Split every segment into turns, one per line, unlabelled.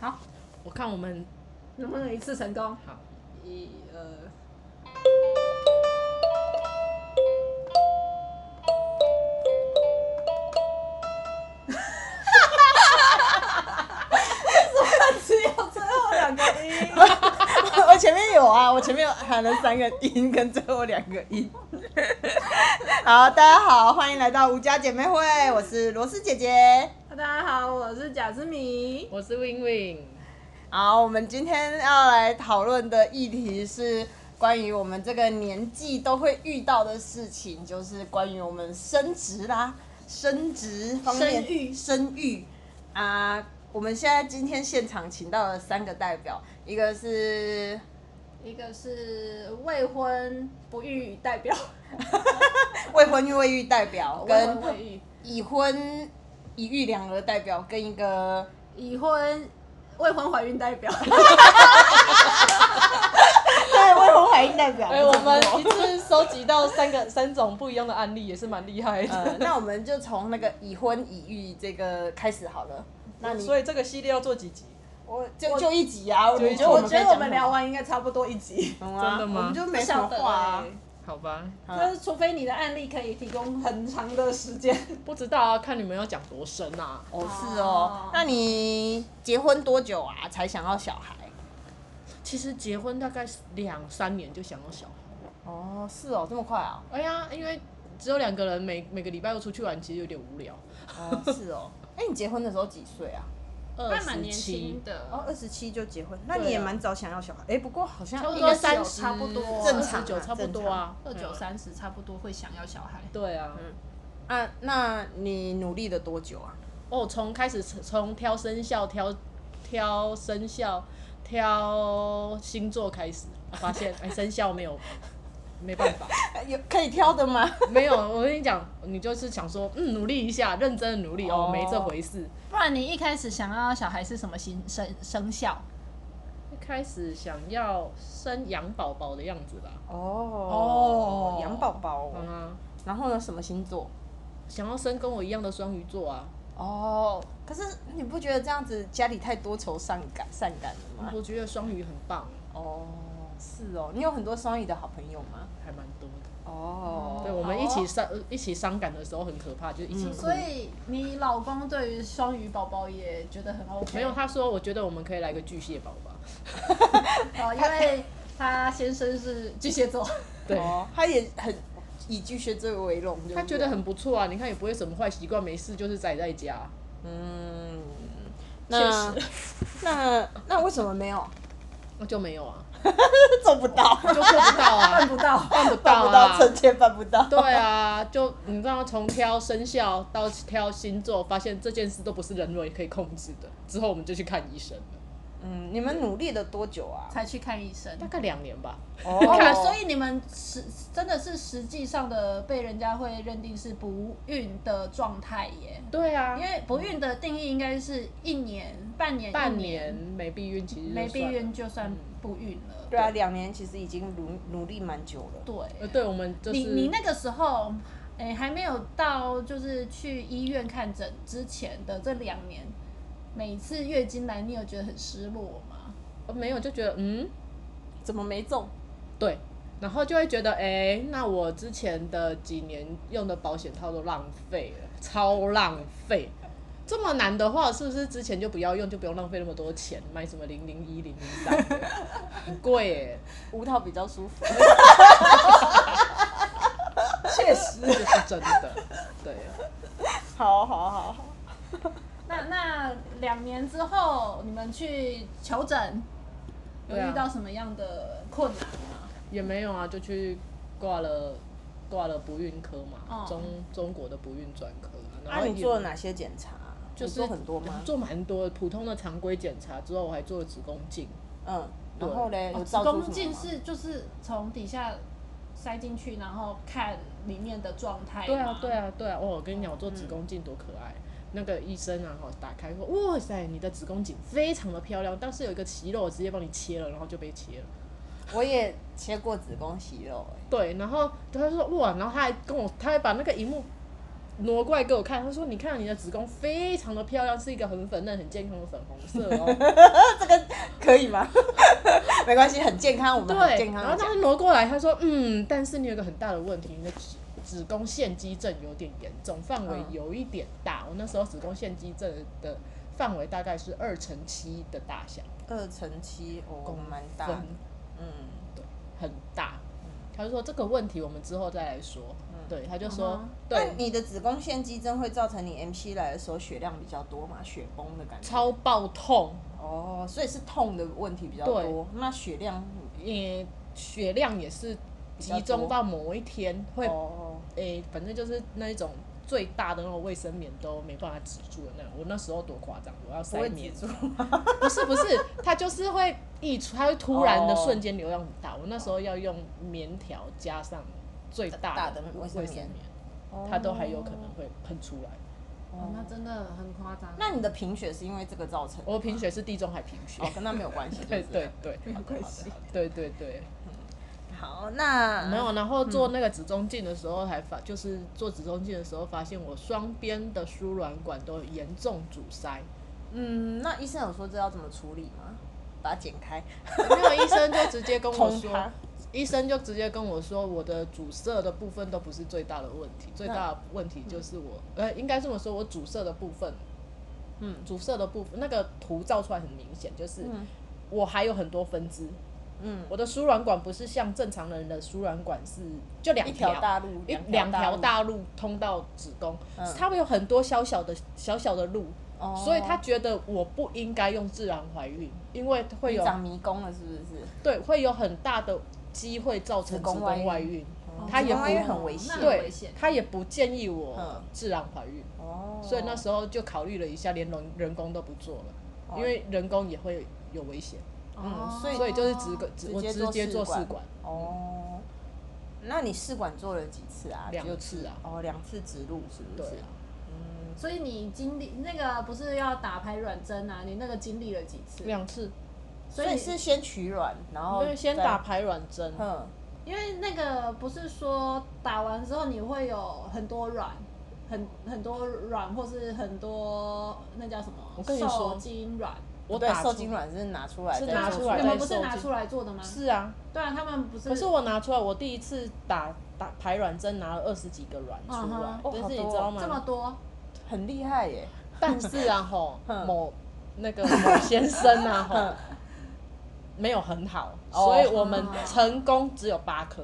好，我看我们能不能一次成功。
好，
一二，
只有最后两个音。 我前面有啊，我前面有喊了三个音跟最后两个音。 好，大家好，欢迎来到吴家姐妹会，我是罗斯姐姐。
大家好，我是贾思米。
我是 Win Win，
好，我们今天要来讨论的议题是关于我们这个年纪都会遇到的事情，就是关于我们升职啦、升职方面、
生育
生育啊。我们现在今天现场请到了三个代表，一个是
一个是未婚不育代表，
未婚未育代表，
未婚
跟
未育，
已婚一育两儿代表，跟一个
已婚未婚怀孕代表。
对未婚怀孕代表。
哎、我们 一次收集到三个 三种不一样的案例，也是蛮厉害
呃，
的。
那我们就从那个已婚已育这个开始好了。那你
所以这个系列要做几集？
我就就一集啊，我
就一集
觉得
我
们
觉
可以
得
讲
我们聊完应该差不多一集，
什么啊
真的吗
我们就没
不
什
晓
么
得
话啊
欸。
好吧，
嗯
就是除非你的案例可以提供很长的时 间，
不知道啊，看你们要讲多深啊。
哦，是哦
哦。
那你结婚多久啊？才想要小孩？
其实结婚大概两三年就想要小孩。
哦，是哦，这么快啊？
哎呀，因为只有两个人，每每个礼拜都出去玩，其实有点无聊。
哦，是哦。 哎，你结婚的时候几岁啊？
二十七，
哦，
的，
二十七就结婚，那
对啊
你也蛮早想要小孩。哎，不过好像
差不
应该
多
是有
三十，
差不多
正常啊
九，差不多啊，
二九
嗯。
三十差不多会想要小孩。
对啊，
啊，那你努力了多久啊？
哦，从开始从挑生肖、挑挑生肖、挑星座开始，发现哎，生肖没有，没办法。
有可以挑的吗？
没有，我跟你讲，你就是想说，嗯，努力一下，认真地努力哦，
哦
没这回事。
不然你一开始想要小孩是什么形生生肖？
一开始想要生羊宝宝的样子吧，
哦羊宝宝。
嗯啊，
然后呢，什么星座？
想要生跟我一样的双鱼座啊，
哦，可是你不觉得这样子家里太多愁善感善感了吗？
我觉得双鱼很棒，
哦，是哦，你有很多双鱼的好朋友吗？
还蛮多的。
哦，
对，我们一起伤、呃一起伤感的时候很可怕，就一起哭。
嗯所以你老公对于双鱼宝宝也觉得很 OK，
没有，他说我觉得我们可以来个巨蟹宝宝。
哦，因为他先生是巨 蟹座，
对，
哦，他也很以巨蟹座为荣，对不对
他觉得很不错啊，你看也不会什么坏习惯，没事就是宅在家。
嗯，那那那为什么没 有？
那就没有 啊，
做不到，
就做不到啊，
不到，
办不
办
到
不
啊
到，。臣妾办不到。
对啊，就你知道，从挑生肖到挑星座，发现这件事都不是人为可以控制的。之后我们就去看医生了，
嗯，你们努力了多久啊？
才去看医生。
大概两年吧。
哦，
所以你们实真的是实际上的被人家会认定是不孕的状态耶，
对啊
因，为不孕的定义应该是一年、半年、
半
一
年没避孕其实就
没避
算了
孕。就算不孕了。
对啊，两年其实已经努努力蛮久了。
对
呃，，对，我们就是
你你那个时候，哎、还没有到就是去医院看诊之前的这两年，每次月经来，你有觉得很失落吗？
呃没有就觉得嗯，
怎么没中？
对，然后就会觉得哎、那我之前的几年用的保险套都浪费了，超浪费。这么难的话，是不是之前就不要用，就不用浪费那么多钱买什么零零一、零零三，很贵耶、
五套比较舒服。
确实，这是真的。对，
好好好好。
那那两年之后，你们去求诊，有
对啊
遇到什么样的困难吗？
也没有啊，就去挂了挂了不孕科嘛，
哦
中中国的不孕专科啊。然
那
后
你
也
做了哪些检查啊？
就
你
是
做很多吗？
做蛮多的普通的常规检查之后，我还做了子宫镜。
嗯，然后嘞，有
哦
照
子
出
宫
什
镜
么吗？
是就是从底下塞进去，然后看里面的状态吗。
对啊，对啊，对啊！哇，我跟你讲，我做子宫镜多可爱。那个医生啊，哈，打开说，哇塞，你的子宫颈非常的漂亮，但是有一个息肉，我直接帮你切了，然后就被切了。
我也切过子宫息肉、欸，
对，然后他就说哇，然后他还跟我，他还把那个荧幕，挪过来给我看，他说：“你看你的子宫非常的漂亮，是一个很粉嫩、很健康的粉红色哦。
可以吗？ 没关系，很健康，我”们很
对，
健
然
康啊
后
地讲
他。挪过来，他说：“嗯，但是你有一个很大的问题，你的子子宫腺肌症有点严重，范围
嗯
有一点大。我那时候子宫腺肌症的范围大概是二乘七的大小，
二乘七，哦，蛮大的
分，
嗯，
很大。”他就说这个问题我们之后再来说。对，他就说，
嗯那
对，
你的子宫腺肌症会造成你 MC 来的时候血量比较多嘛，血崩的感觉。
超爆痛，
哦，所以是痛的问题比较
对
多。那血量
也血量也是
较
集中
多
到某一天会
哦，
诶、反正就是那一种最大的那种卫生棉都没办法止住的那种。我那时候多夸张，我要
不
塞
会
棉
止，住。
不是不是，它就是会溢出，它会突然的
哦
瞬间流量很大。我那时候要用棉条加上最大
大的卫
卫
生
生
棉
棉，它都还有可能会喷出来。
哦
那真的很夸张。
那你的贫血是因为这个造成的？
我贫血是地中海贫血，
哦，跟他没有关系。
对
就是
对。对，没关系，对对对。
好，那
没有，然啊后做
嗯
那个子宫镜的时候还发，就是做子宫镜的时候发现我双边的输卵管都严重阻塞，
嗯，那医生有说这要怎么处理吗？把它剪开，
没有医生就直接跟我
冲
说
它，。
医生就直接跟我说我的阻塞的部分都不是最大的问题，最大的问题就是我，呃，应该这么说，我阻塞的部分，
嗯
阻塞的部分那个图照出来很明显，就是
嗯
我还有很多分支，
嗯，
我的输卵管不是像正常人的输卵管是就两
一条大路，
一两条
路，
大路通到子宫，
嗯
是它会有很多小小的小小的路，
哦
所以他觉得我不应该用自然怀孕，因为会
你
有
长迷宫了，是不是？
对会有很大的机会造成
子
子
宫
宫
外孕
外孕，
哦
他也
子宫外孕
不
很危险
那，很
对
危险，
他也不建议我
嗯
自然怀孕，
哦，
所以那时候就考虑了一下，连人人工都不做
哦
了，因为人工也会有危险，
嗯
哦
所以
所以就是直个
直
我
接
直
做
接
试
做试
管
管，
哦，那你试管做了几次啊？
两
就
次啊
哦，两次植入是不
对
是？
啊，
嗯，
所以你经历那个不是要打排卵针啊？你那个经历了几次？
两次，
所
所
以
以
你
是先取卵，然
因
后
为先
再
打，排卵针，
哦嗯，
因为那个不是说打完之后你会有很多卵，很很多卵或是很多那叫什么？
我跟你说
受精卵，
我
对
打
受
出
精卵是拿出来
是
再
拿
做
出来
你
再
们
受
不是拿
精
出来做的吗？
是啊，
对啊，他们不是。
可是我拿出来，我第一次打打排卵针拿了二十几个卵出
嗯
来
哼，
但
哦好
是
多
你
哦
知道
这么
吗？
多，
很厉害耶，
但是啊吼
嗯，
某那个某先生啊
嗯
吼，没有很好，
哦
所以我们成功只有八颗。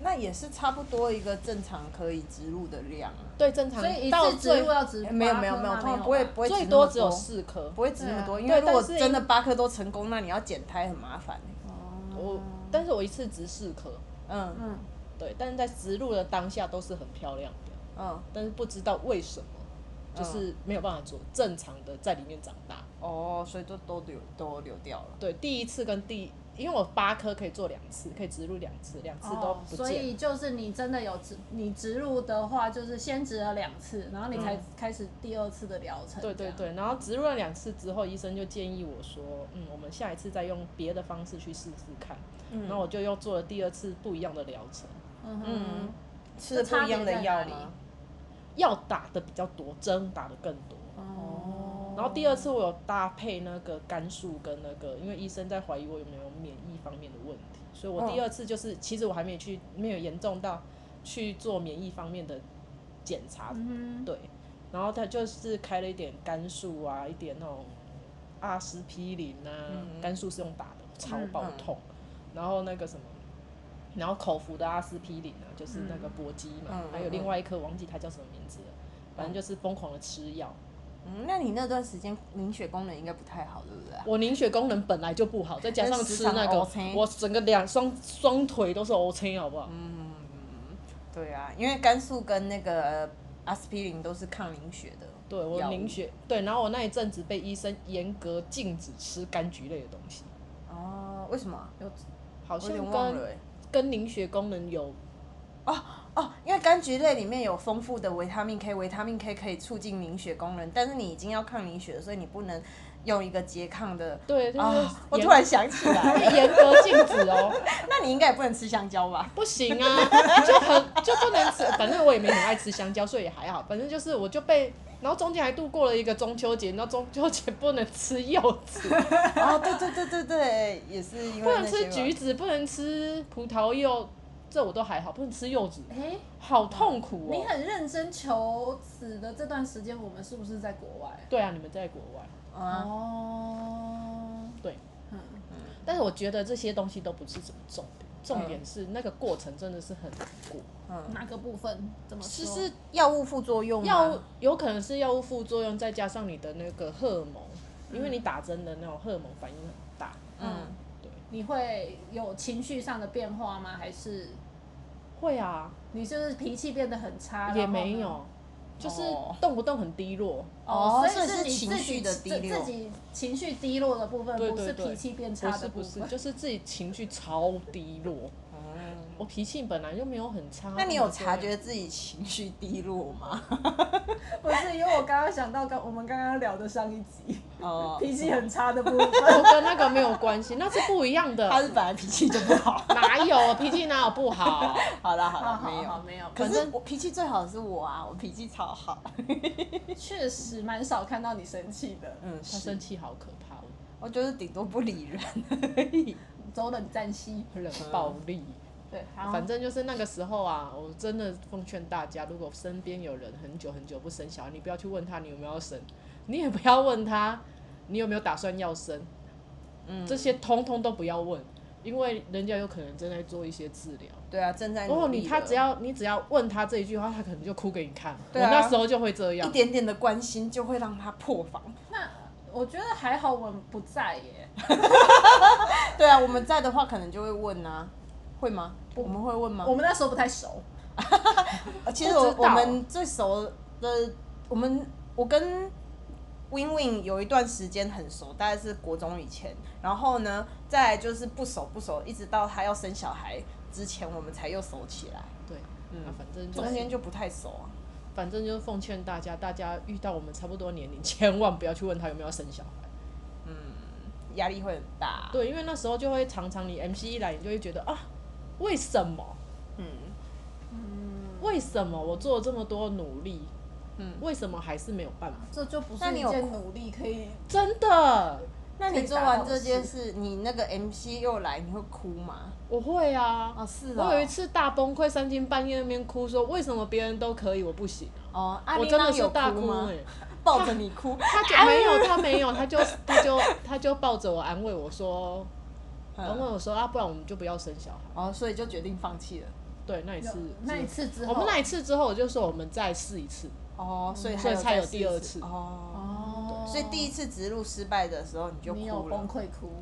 那也是差不多一个正常可以植入的量啊。
对，正常
所以一
到
次植
最
入要植
欸没有没有没有，
八颗吗
通常不会不会
最
植那么
只有四颗。
不会植那么多，因
对
为如果
但是
真的八颗都成功，那你要剪胎很麻烦
哦
欸、
我，但是我一次植四颗，
嗯
嗯，
对，但是在植入的当下都是很漂亮的，
嗯，
但是不知道为什么，就是没有办法做正常的在里面长大。
哦，所以就都流都流掉了。
对，第一次跟第，因为我八颗可以做两次，可以植入两次，两次都
哦
不
所
见。
以就是你真的有植，你植入的话，就是先植了两次，然后你才开始第二次的疗
嗯
程。
对对
这样，
对，然后植入了两次之后，医生就建议我说，嗯，我们下一次再用别的方式去试试看。然后我就又做了第二次不一样的疗程，
嗯
嗯
哼，
吃了不一样的
那差
药
别在哪
吗？
药打的比较多，针打的更多。
哦，
然后第二次我有搭配那个肝素跟那个，因为医生在怀疑我有没有免疫方面的问题，所以我第
嗯
二次就是，其实我还没去，没有严重到去做免疫方面的检查
嗯
对，然后他就是开了一点肝素啊，一点那种阿司匹林啊，
嗯
肝素是用打的，超
嗯
爆
嗯
痛，然后那个什么。然后口服的阿司匹林啊，就是那个搏击嘛，
嗯嗯
还有
嗯
另外一颗忘记它叫什么名字了，反正就是疯狂的吃药。
嗯，那你那段时间凝血功能应该不太好，对不对啊？
我凝血功能本来就不好，再加上吃那
跟时常
个
OK，
我整个两双双腿都是 O C，好不好？
嗯对啊，因为肝素跟那个阿司匹林都是抗凝血的。
对我
药物
凝血，对，然后我那一阵子被医生严格禁止吃柑橘类的东西，
哦，为什么啊？
好
我
像
有点忘
跟
了欸。
跟凝血功能有
哦，因为柑橘类里面有丰富的维他命 K，维他命 K 可以促进凝血功能，但是你已经要抗凝血了，所以你不能用一个拮抗的。
对，就
啊、
是
我
严
突然想起 来了，
严格禁止哦，
那你应该也不能吃香蕉吧？
不行啊，就很就不能吃，反正我也没很爱吃香蕉，所以也还好，反正就是我就被。然后中间还度过了一个中秋节，那中秋节不能吃柚子，
哦，对对对对对，也是因 为
不能
那些
吃
吧
橘子，不能吃葡萄柚，这我都还好，不能吃柚子，
哎、
好痛苦
你
哦。
很认真求子的这段时间，我们是不是在国外？
对啊，你们在国外，
啊，
哦，
对，
嗯，
但是我觉得这些东西都不是什么重点，重点是那个过程真的是很难过，
嗯，
哪个部分？怎么
就
说？
是
药物副作用吗
药物有可能是药物副作用，再加上你的那个荷尔蒙，因为你打针的那种荷尔蒙反应很大，
嗯，
对，
你会有情绪上的变化吗？还是
会啊，
你就是脾气变得很差？
也
然后呢
没有，就是
哦
动不动很低落，
哦，所
所
以
以是
你
情
自
绪
己
的
自
低落
自己情绪低落的部分，
对
不
对
是
对
脾气变
不
差
是
的部
不是，
分。
就是自己情绪超低落。
嗯
我脾气本来就没有很差，
那你有察
对
觉自己情绪低落吗？
不是，因为我刚刚想到刚我们刚刚聊的上一集
哦，
脾气很差的部
不对？
分，
我跟那个没有关系，那是不一样 的。
他是本来脾气就不好。
哪有脾气哪有不好？
好了好
好
了，
好
没
好，
有。
没有，
可
可
是我脾气最好的是我啊，我脾气超好。
确实蛮少看到你生气的，
嗯，
他生气好可怕，
我就是顶多不理人而已。
走冷战西。
冷暴力。
对，好，
反正就是那个时候啊，我真的奉劝大家，如果身边有人很久很久不生小孩，你不要去问他你有没有要生，你也不要问他你有没有打算要生，
嗯，
这些通通都不要问，因为人家有可能正在做一些治疗。
对啊，正在
如果哦
努
你
力。
他只要你只要问他这一句话，他可能就哭给你看。
对啊
我那时候就会这
一
样，
点点的关心，就会让他破防。
那我觉得还好，我们不在耶。
对啊，我们在的话，可能就会问啊，会吗？我们会问
嗯
吗
我？们那时候不太熟，
呃其实
不
我
知
我
道
们最熟的，我们我跟 Win Win 有一段时间很熟，大概是国中以前。然后呢，再来就是不熟不熟，一直到他要生小孩之前，我们才又熟起来。
对，
嗯
那反正就
中间
是
就不太熟啊。
反正就是奉劝大家，大家遇到我们差不多年龄，千万不要去问他有没有要生小孩。
压力会很大。
对，因为那时候就会常常你 MC 一来，你就会觉得啊，为什么？
嗯，
为什么我做了这么多努力，
嗯
为什么还是没有办法？
这就不
那
是
你
一
有
件努力可以
真的，
那你
可以
做
达
完
到
这
的
件
事
事，你那个 MC 又来，你会哭吗？
我会啊。
哦，是哦。
我有一次大崩溃，三更半夜那边哭，说为什么别人都可以，我不行、啊。
哦，阿
我
丽
真
娜
的是
有
大
哭吗
哎、？
抱着你哭，
他就没有，他没有，他 就他就他就抱着我安慰我说，安慰
嗯
我说啊，不 然我们就不要生小孩。
哦，所以就决定放弃了。
对，那一次
有，那一次之
我
后，
们那一次之后，我就说我们再试一次。
哦，所以
嗯所以
还
才有
再试
第二
一
次
哦。
哦，
所以第一次植入失败的时候，你就
你有
哭
崩
了。
溃哭，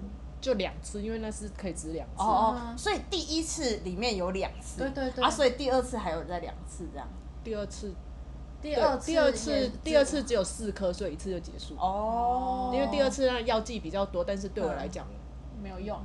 就两次，因为那是可以只两次。
哦哦，
嗯
所以第一次里面有两次，
对对对
啊，所以第二次还有再两次这样。
第二次，
第
第
二次
第二
也
次
是，
第二次只有四颗，所以一次就结束。
哦，
因为第二次那药剂比较多，但是对我来讲，
没有用，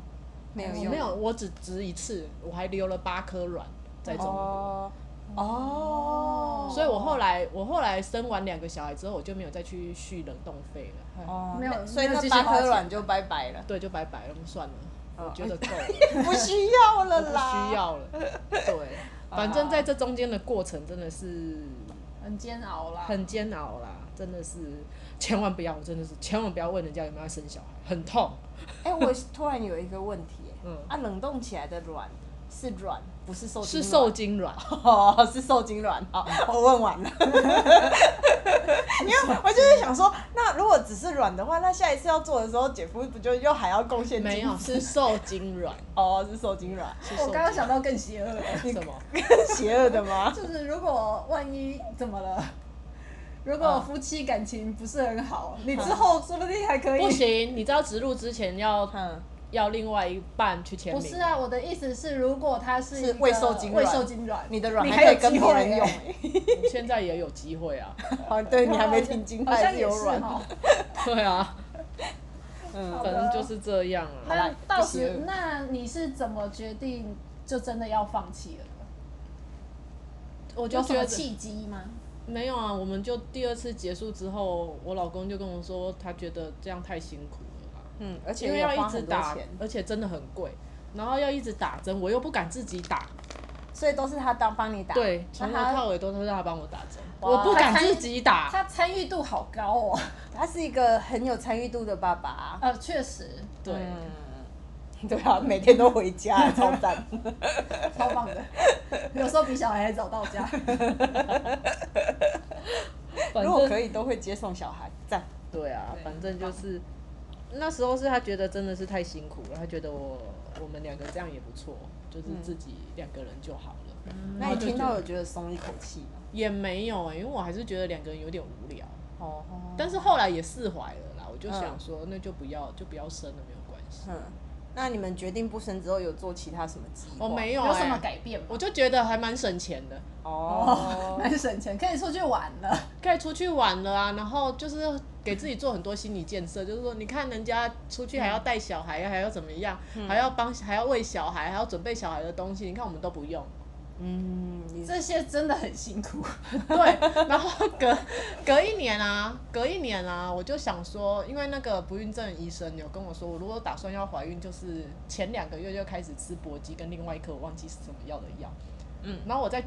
没有
我
用
嗯没有，我只植一次，我还留了八颗卵在中国。
哦哦，
所以我后来，我后来生完两个小孩之后，我就没有再去续冷冻费了。哎
哦，
没有
那所以
没有
那
继续
八
花
颗
钱
卵就拜拜了，
对，就拜拜了，算了，
哦
我觉得够 了，
不需要
我
了
不
啦，
需要了。对， 反正在这中间的过程真的是
很煎熬啦。
很煎熬啦，真的是千万不要，真的是千万不要问人家有没有要生小孩，很痛。
哎、我突然有一个问题、哎
嗯
啊，冷冻起来的卵是卵，不是受精
是
卵，
受精嗯卵，
哦，是受精卵。好，我问 完了，因为我就是想说，那如果只是卵的话，那下一次要做的时候，姐夫不就又还要贡献精
没有
子
是受精 卵，
哦，是受 精卵，
是
我
受
刚刚
精
想到更邪恶的，
什么？
邪恶的 吗？
就是如果万一怎么了，如
嗯
果夫妻感情不是很好，你之后说不定还可以。
不行，你知道植入之前要
嗯，
要另外一半去签
不
名。
是啊，我的意思是，如果他是
是
一个
未受精卵
未受精卵，
你的卵
你还
还可以
有
跟
机
别
会
人
欸
用、哎
现在也有机会啊，
哦，对你还没听经
好
还
像
是
也
有
是
卵，
哦
对啊，
嗯
好
反
的
正就是这样啊。
那到
不行
时，那你是怎么决定就真的要放弃了？
我
有
就
什
觉
么
得
契机吗？
没有啊，我们就第二次结束之后，我老公就跟我说，他觉得这样太辛苦了啦，
嗯，而
因
且
为
也
要
花
一直
很多
打
钱，，
而且真的很贵，然后要一直打针，我又不敢自己打，
所以都是他当帮你打。
对，从
那
头
他
到尾都是他帮我打针，
哇
我不敢自己
啊
打，
他参与度好高哦。
他是一个很有参与度的爸爸啊。
呃，确实
对，
嗯， 对啊，每天都 回家，超赞。
超棒 的，有时候比小孩还早到家。
反
如果
正
可以，都会接送小孩，赞。
对啊，
对
反正就是那时候是他觉得真的是太辛苦了，他觉得我我们两个这样也不错，就是自己两个人就好了，
那你听到有觉得松一口气吗？
也没有、欸，因为我还是觉得两个人有点无聊，
哦，
但是后来也释怀了啦，我就
嗯
想说那就不要就不要生了，没有关系。
嗯，那你们决定不生之后有做其他什么计划？
我没
有
有、
什么
欸，
改变吗？
我就觉得还蛮省钱的，
哦，
蛮省钱，可以出去玩了。
可以出去玩了啊，然后就是给自己做很多心理建设，就是说，你看人家出去还要带小孩，还要怎么样，
嗯
还要帮，还要喂小孩，还要准备小孩的东西，你看我们都不用。
嗯，你
这些真的很辛苦，
对，然后隔隔一年啊，隔一年啊，我就想说，因为那个不孕症医生有跟我说，我如果打算要怀孕，就是前两个月就开始吃搏击跟另外一颗我忘记是什么药的药，
嗯，
然后我在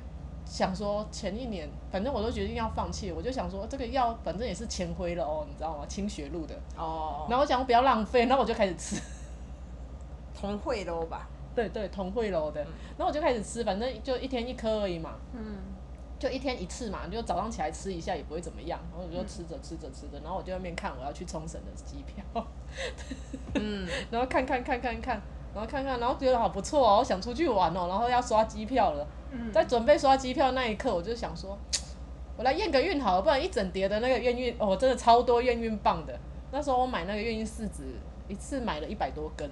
想说前一年，反正我都决定要放弃，我就想说这个药反正也是前灰了哦，你知道吗？清血路的，
哦，
然后我想不要浪费，然后我就开始吃。
同会喽吧？
对对，同会楼
嗯
的，然后我就开始吃，反正就一天一颗而已嘛，
嗯，
就一天一次嘛，就早上起来吃一下也不会怎么样，然后我就吃着吃着吃着，然后我就在那边看我要去冲绳的机票，
嗯，
然后看看看看看，然后看看，然后觉得好不错哦，我想出去玩哦，然后要刷机票了，
嗯
在准备刷机票那一刻，我就想说，我来验个孕好了，不然一整叠的那个验孕，哦，真的超多验孕棒的，那时候我买那个验孕试纸，一次买了一百多根，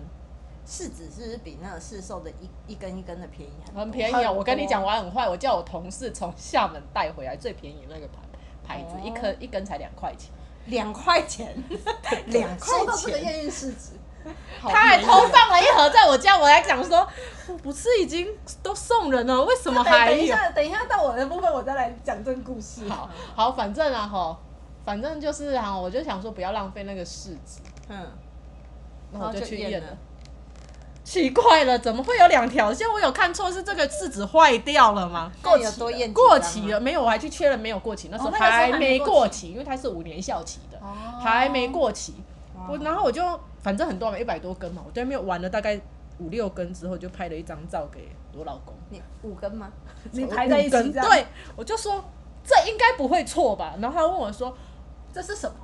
柿子是不是比那个市售的一一根一根的便宜很多？
很便宜哦！我跟你讲，我还很坏，我叫我同事从厦门带回来最便宜的那个牌牌子，
哦
一颗一根才两块钱。
两块钱， 两块
收到这个
钱，
验孕试纸，
好
他还
便宜
偷放了一盒在我家，我还讲说，不是已经都送人了，为什么
等
还
等一
有？
下，等一下到我的部分，我再来讲这个故事。
好好，反正啊哈，反正就是啊，我就想说不要浪费那个柿子，
嗯，
然后我就去验
然后就验
了
了。
奇怪了，怎么会有两条线？我有看错，是这个柿子坏掉了吗？
那你有多验几张啊
过期了，没有，我还去确认没有过期，那时候
哦那个时候
还
还没
没
过
过期，哦因为它是五年效期
哦
的，还没过期。我然后我就反正很多嘛，一百多根嘛，我在那边玩了大概五六根之后，就拍了一张照给我老公，
你五根吗？
你排在一起
五根
这样，，
对，我就说这应该不会错吧？然后他问我说，
这是什么？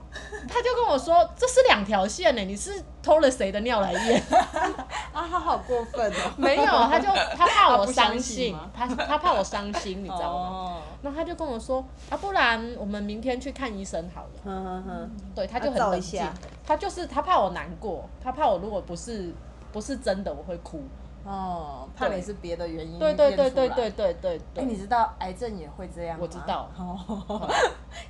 他就跟我说这是两条线呢、你是偷了谁的尿来验？
啊，他好过分 哦！
没有，啊他就他怕
他
我
不相
伤
信
心
吗，
他他怕我伤心，你知道吗？
哦，
那他就跟我说，啊，不然我们明天去看医生好了。
哼哼哼，
对，他就很
啊照一
冷静
下，
他就是他怕我难过，他怕我如果不是不是真的我会哭。
哦，怕
对
你是别的原因。
对对对
验出
对
来
对。对对
哎，
对，
你知道癌症也会这样吗？
我知道
哦，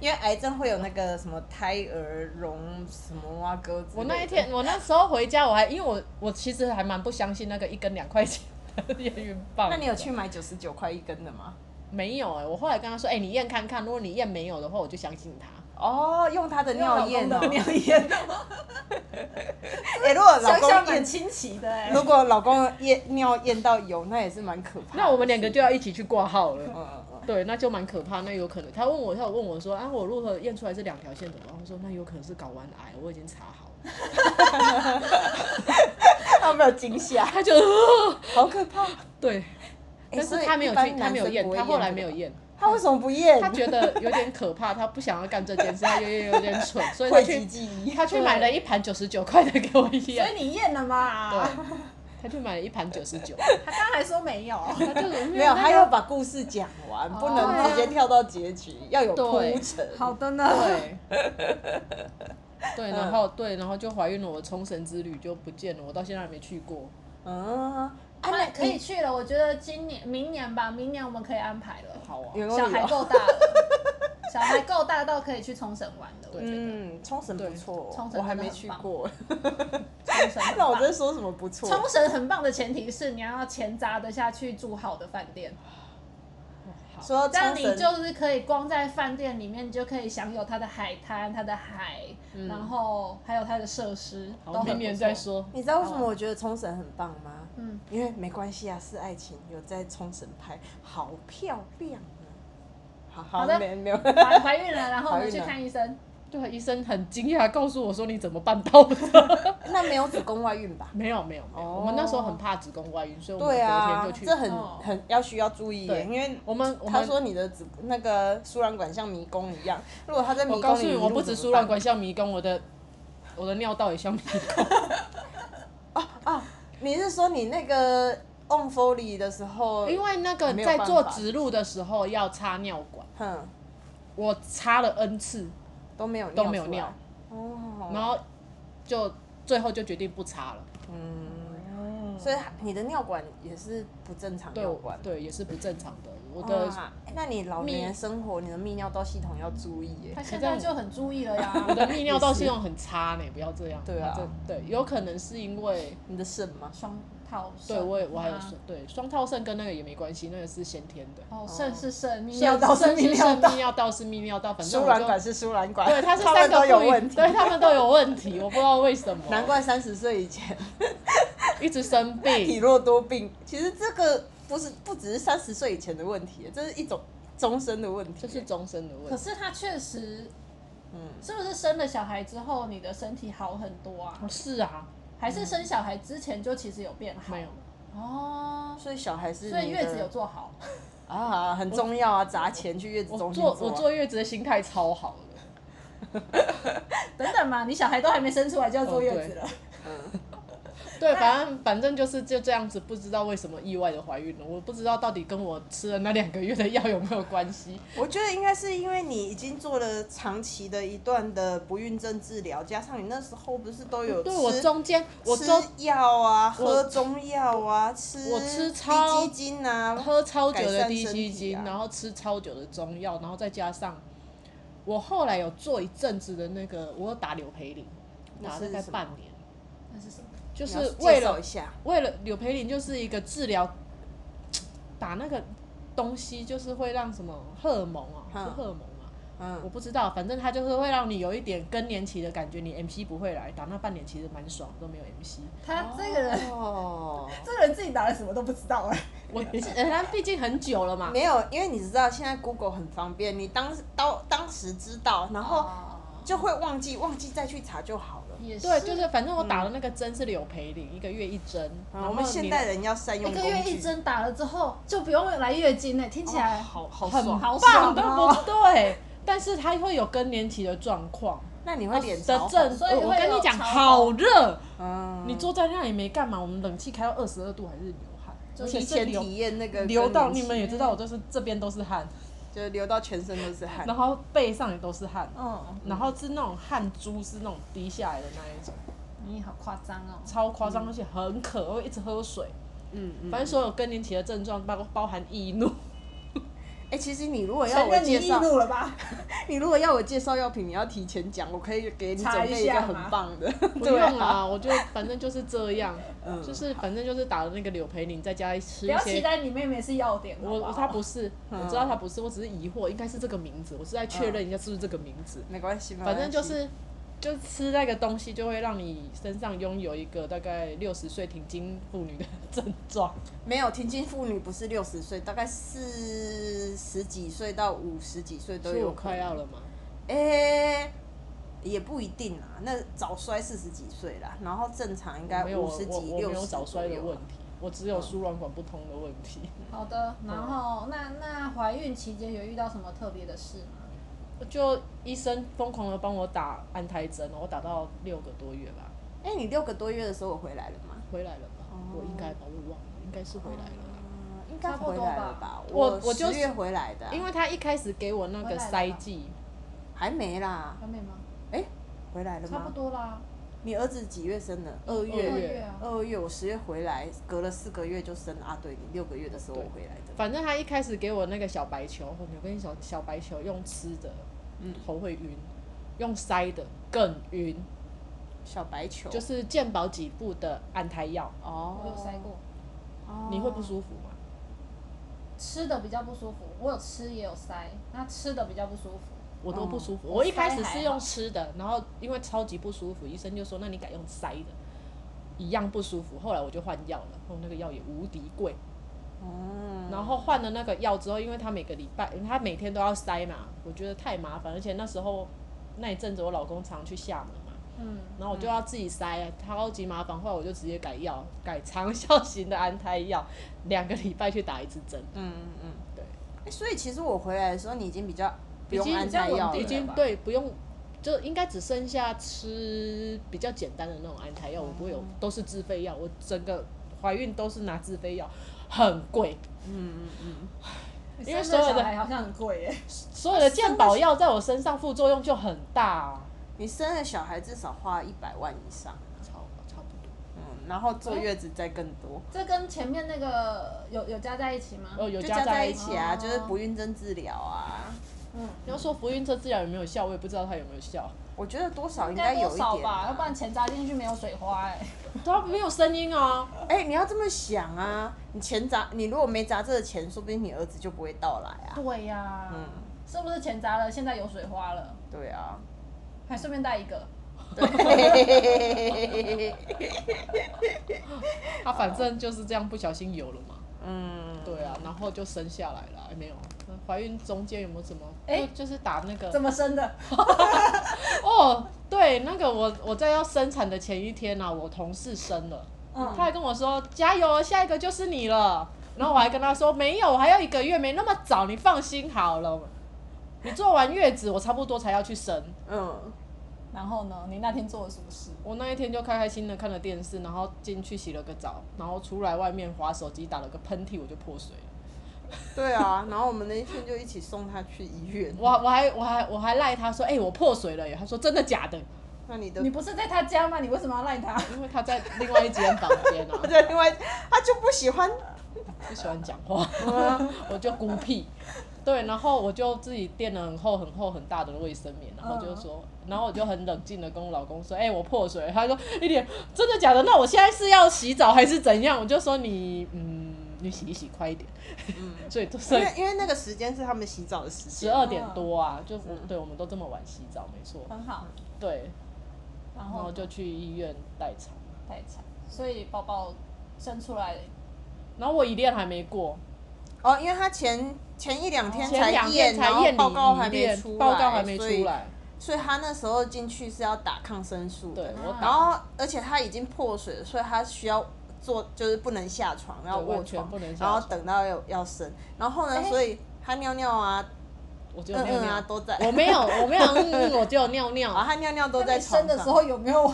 因为癌症会有那个什么胎儿绒什么啊鸽子。
我那一天我那时候回家我还因为我我其实还蛮不相信那个一根两块钱的验孕棒。
那你有去买九十九块一根的吗？
没有哎、我后来跟他说，哎、你验看看，如果你验没有的话，我就相信 他。
哦，用他的尿液哦。
尿验，啊
哎，如果老
想想
公
蛮
验，
清奇的哎。
如
嗯
果老公验尿验到有，那也是蛮可怕的。
那我们两个就要一起去挂号
嗯
了。
嗯嗯，
对，那就蛮可怕，那有可能。他问我，他有问我说，啊，我如何验出来是两条线怎么办？我说那有可能是睾丸癌，我已经查好了。
他没有惊吓，
他就、
好可怕。
对，
哎
但
所
是
以
他没有
一般
去，他
男
没有
生不
验，
会
他后来没有
这个。
验，
他为什么不验？
他 觉得有点可怕，他不想要干这件事，他有点有点蠢， 所以他
会籍
去
记忆。
他去买了一盘九十九块的给我
所
验，
以你验了
对
嘛？，
他去买了一盘九十 九，
他刚才说没有，
他就是
没
那
有，他
个
要把故事讲完，不能直接跳到结局，要有铺陈。
好的呢。
对。对，然后对，然后就怀孕了。我冲绳之旅就不见了，我到现在还没去过。
嗯，啊，
那
那
可以去了，我觉得今年、明年吧，明年我们可以安排了。
好啊，
员工
小
旅
孩
游。
够大 了，小孩够大到可以去冲绳玩的，我觉得
嗯，冲绳不错，
冲绳真的
我还没去过。
冲绳很
那我
棒。
在说什么不错？
冲绳很棒的前提是你要钱砸得下去住好的饭店，
好
说
但
冲
你
绳
就是可以光在饭店里面，你就可以享有它的海滩、它的海，
嗯
然后还有它的设施，
好
都很
明年
不错
再。说。
你知道为什么我觉得冲绳很棒吗？
嗯，
因为没关系啊，是爱情，有在冲绳拍，好漂亮啊！好好
好的
没没有，
怀怀孕了，然后我
怀
们
孕
去
了
看医生。
对啊，医生很惊讶，告诉我说你怎么办到的？
那没有子宫外孕吧？
没有没有没有，
哦
我们那时候很怕子宫外孕，所以我们
对
隔天
啊
就，去。
这很
哦
很要需要注意耶，
对
因为
我们我
他
们
说你的子那个输卵管像迷宫一样，如果他在迷宫
我告
里，
诉你，
迷路
我不
怎
止
么
输卵
办
管像迷宫，我的我的尿道也像迷宫。
啊，你是说你那个 on Foley 的时候，
因为那个
没有
在
办
做
法
植入的时候要插尿管，
哼
我插了 N 次
都没有
都没有
出来
尿，
哦，
然后就最后就决定不插了。
嗯，所以你的尿管也是不正常
对
尿
我
管，
对也是不正常 的，我的
哇哎那你老年人生活，你的泌尿道系统要注意耶
他。现在就很注意了呀。
我的泌尿道系统很差呢，不要这样。
对啊
这对，有可能是因为
你的肾吗？
双套肾
对我也我还有
啊
双对双套肾跟那个也没关系，那个是先天的。
哦，肾是肾，泌
尿道是
肾
泌尿道
泌尿道是泌尿道，反正
输
我
卵
就
管是输卵管，
对它是
他
三
们
个
都有
不一
问题，
对他们都有问题，我不知道为什么，
难怪三十岁以前
一直生
体
病。
弱多病。其实这个不是不只是三十岁以前的问题，这是一种终身的问题。
这是终身的
可
问题，
是他确实，
嗯，
是不是生了小孩之后，你的身体好很多啊？
嗯
不是啊，
还是生小孩之前就其实有变好？
没 有，
哦，
所以小孩是
所以
你
月
的
子有做好，
啊，很重要啊，砸钱去月子
我
中心
坐
啊
我坐月子的心态超好的，
等等嘛，你小哦孩都还没生出来就要坐月子了，
对，反正反正就是就这样子，不知道为什么意外的怀孕了，我不知道到底跟我吃了那两个月的药有没有关 系。
我觉得应该是因为你已经做了长期的一段的不孕症治疗，加上你那时候不是都有
对我
吃
中间我
吃
中
药啊，
我
喝中药啊，吃
我吃超
低基精啊，
喝超久的低
改善身
吸
体
精
啊，
然后吃超久的中药，然后再加上我后来有做一阵子的那个，我有打柳培林，
那
打
是
大概
什么
半年，
那是什么？
就
你要
是为
介绍
了
一下，
为了柳培林就是一个治疗，打那个东西就是会让什么荷尔蒙啊，是
嗯
荷尔蒙啊，我
嗯，
不知道，反正它就是会让你有一点更年期的感觉，你 MC 不会来，打那半年其实蛮爽，都没有 MC。
他这个人，
哦，
这个人自己打了什么都不知道哎、
我呃，它毕竟很久了嘛，
啊没有，因为你知道现在 Google 很方便，你当时到当时知道，然后
哦
就会忘记，忘记再去查就好了。
也是，
对，就是反正我打的那个针是柳培林，一个月一针。然
啊
后
嗯我们
你
现代人要善用
一
工
个
具，
月一针打了之后就不用来月经哎、听起来、
哦好好
很
爽。
好
棒，
爽
对
哦
不对？但是它会有更年期的状况啊
那你会
的
脸
症
朝
状，
红
所以
我
会
跟你
有
讲，
潮红
好热，
嗯，
你坐在那里没干嘛，我们冷气开到二十二度还是流汗，而且
提
是
前
流
体验那个
流到
更年
你
期
们也知道，我就是这边都是汗，
就流到全身都是汗。
然后背上也都是汗，
嗯，
然后是那种汗珠是那种滴下来的那一种，
你好夸张哦，
超夸张，而且很渴，我会一直喝水，
嗯嗯。
反正所有更年期的症状包包含易怒。
哎、其实你如果要
承
我
认你
介
易
绍，
怒了吧？
你如果要我介绍药品，你要提前讲，我可以给你
查
准
一
备一个
下
很
嘛
棒的。
不
对
用
啊，
啊，我就反正就是这 样，
嗯
就是反正就是打了那个柳培林，在家吃
不
一
要期
些。
待你妹妹是要点，
我
好
我
好
他不是，
嗯
我知道他不是，我只是疑惑，应该是这个名字，我是在确认一下是不是这个名字。
没关系，没
反正就
关系
是，就吃那个东西就会让你身上拥有一个大概六十岁停经妇女的 症状。
没有停经妇女不是六十岁，大概四十几岁到五十几岁都
所以
有
我啊
可
快
能。
要了嘛，
哎、也不一定啦，那早衰四十几岁啦，然后正常应该
没有
五
我
十
我
几、
我
六
没有
十啊
早衰的问题，我只有
嗯
输卵管不通的问题。
好的，然后那那怀孕期间有遇到什么特别的事吗？
就医生疯狂的帮我打安胎针，我打到六个多月吧，
哎、你六个多月的时候我回来了吗？
回来了吧？
哦
我应该吧，我忘了，应该是回来了啦。
嗯，应该
差不
回
多
来了
吧
吧？
我我就
十
是
月回来的啊、
因为他一开始给我那个塞剂，
还没啦，
还没吗？
回来了
差不
吗？
多啦，
你儿子几月生的？二
二
月。
月啊，
二月，我十月回来，隔了四个月就生啊。对，你六个月的时候我
对
回来的。
反正他一开始给我那个小白球，我跟你讲，小白球用吃的，
嗯
头会晕，用塞的更晕，
小白球
就是健保几部的安胎药，
哦
我有塞过，
哦
你会不舒服吗？
吃的比较不舒服，我有吃也有塞，那吃的比较不舒服。
我都不舒服。
嗯
哦我一开始
塞还
是
好
用吃的，然后因为超级不舒服，医生就说那你改用塞的，一样不舒服。后来我就换药了，哦后那个药也无敌贵。
嗯，
然后换了那个药之后，因为他每个礼拜他每天都要塞嘛，我觉得太麻烦，而且那时候那一阵子我老公常去厦门嘛，
嗯，
然后我就要自己塞，啊超级麻烦。后来我就直接改药，改长效型的安胎药，两个礼拜去打一次针。
嗯嗯嗯，
对
诶所以其实我回来的时候，你已经比较不
已
用
经
安
比较
胎药
稳
了，
定，已经，对，不用，就应该只剩下吃比较简单的那种安胎药，我不会有，都是自费药，我整个怀孕都是拿自费药，很贵，
嗯嗯嗯，
因为
生了
所有的
小孩好像很贵耶。
所有的健保药在我身上副作用就很大、啊，
你生了小孩至少花一百万以上，
差差不多，
嗯，然后坐月子再更多，
这跟前面那个有有加在一起吗？
哦，有
就
加
加
在
在
一
一
起。
起啊，
哦
就是不孕症治疗啊，
嗯，
你要说福运车治疗有没有效，我也不知道它有没有 效，
我觉得多少
应
应该
该
有
多
一
少
点
吧，
啊
要不然钱砸进去没有水花哎。
它没有声音啊，
哎、你要这么想啊！你钱砸，你如果没砸这个钱，说不定你儿子就不会到来啊。
对呀、
嗯，
是不是钱砸了，现在有水花了，
对 啊，
还顺便带一个？
对，
它反正就是这样不小心有了嘛，
嗯，
对啊，然后就生下来了，哎没有。那怀孕中间有没有什么？
哎
就就是打那个
怎么生的？
哦，对，那个我我在要生产的前一天啊，我同事生了，
嗯
他还跟我说加油，下一个就是你了。然后我还跟他说没有，我还要一个月，没那么早，你放心好了。你做完月子，我差不多才要去生。
嗯，
然后呢？你那天做了什么事？
我那一天就开开心的看了电视，然后进去洗了个澡，然后出来外面划手机，打了个喷嚏，我就破水了。
对啊。然后我们那一天就一起送他去医院。
我我还我还我还赖他说，哎、我破水了耶。他说真的假的？
那你的
你不是在他家吗？你为什么要赖他？
因为他在另外一间房间啊
我，在另外，他就不喜欢。
不喜欢讲话。
啊
我就孤僻。对，然后我就自己垫了很厚很厚很大的卫生棉，然后
嗯
就说，然后我就很冷静的跟我老公说，哎、我破水了。他说一脸真的假的？那我现在是要洗澡还是怎样？我就说你嗯，你洗一洗，快一点。
嗯，
所以都
因
是
为因为那个时间是他们洗澡的时
十
间。
二点多啊，就我
嗯
对我们都这么晚洗澡，没错。
很好，
对，
然
然
后
后就去医院待产。
待产，所以宝宝生出来
然后我一练还没过，
哦，因为他前前一两天
前两
验，
天才
然后
验
报告还
你一
没
练
出，来，
报告还没
所以
出来。
所以他那时候进去是要打抗生素的
对，我
然
打
后而且他已经破水了，所以他需要坐，就是不能下床，然后卧
完全
床
不能，下
然后
床
等到要要生，然后呢，
哎
所以他尿尿啊，
我就
嗯
尿
嗯
尿
啊，都在，
我没有，我没有，嗯嗯我只有尿尿。
啊他尿尿都
那
在
你
床
生的时
上，
候有没有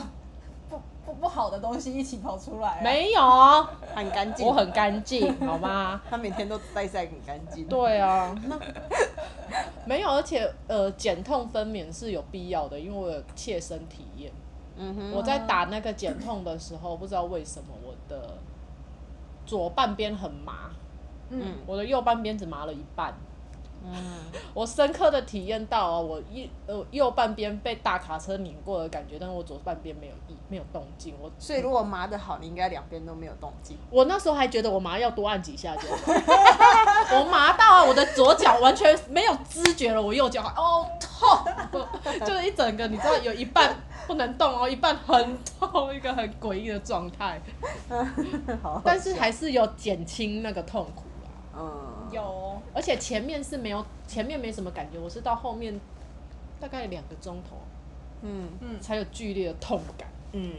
不不不好的东西一起跑出来、啊？，
没有，我
很干净，
很，干净，好 吗？
他每天都待在很干净，
对啊，那没有，而且呃，减痛分娩是有必要的，因为我有切身体验。
嗯
我
哼，
在打那个减痛的时候，不知道为什么我的左半边很麻，
嗯，
我的右半边只麻了一半。
嗯，
我深刻的体验到啊，我一呃右半边被大卡车碾过的感觉，但是我左半边没有一没有动静。我
所以如果麻的好，你应该两边都没有动静，
我那时候还觉得我麻要多按几下就好， 我麻到啊，我的左脚完全没有知觉了，我右脚哦痛， 就是一整个你知道有一半不能动哦，一半很痛，一个很诡异的状态，
好，
但是还是有减轻那个痛苦啦。
嗯，
有哦
而且前面是没有，前面没什么感觉，我是到后面大概两个钟头
嗯
才有剧烈的痛感。
嗯，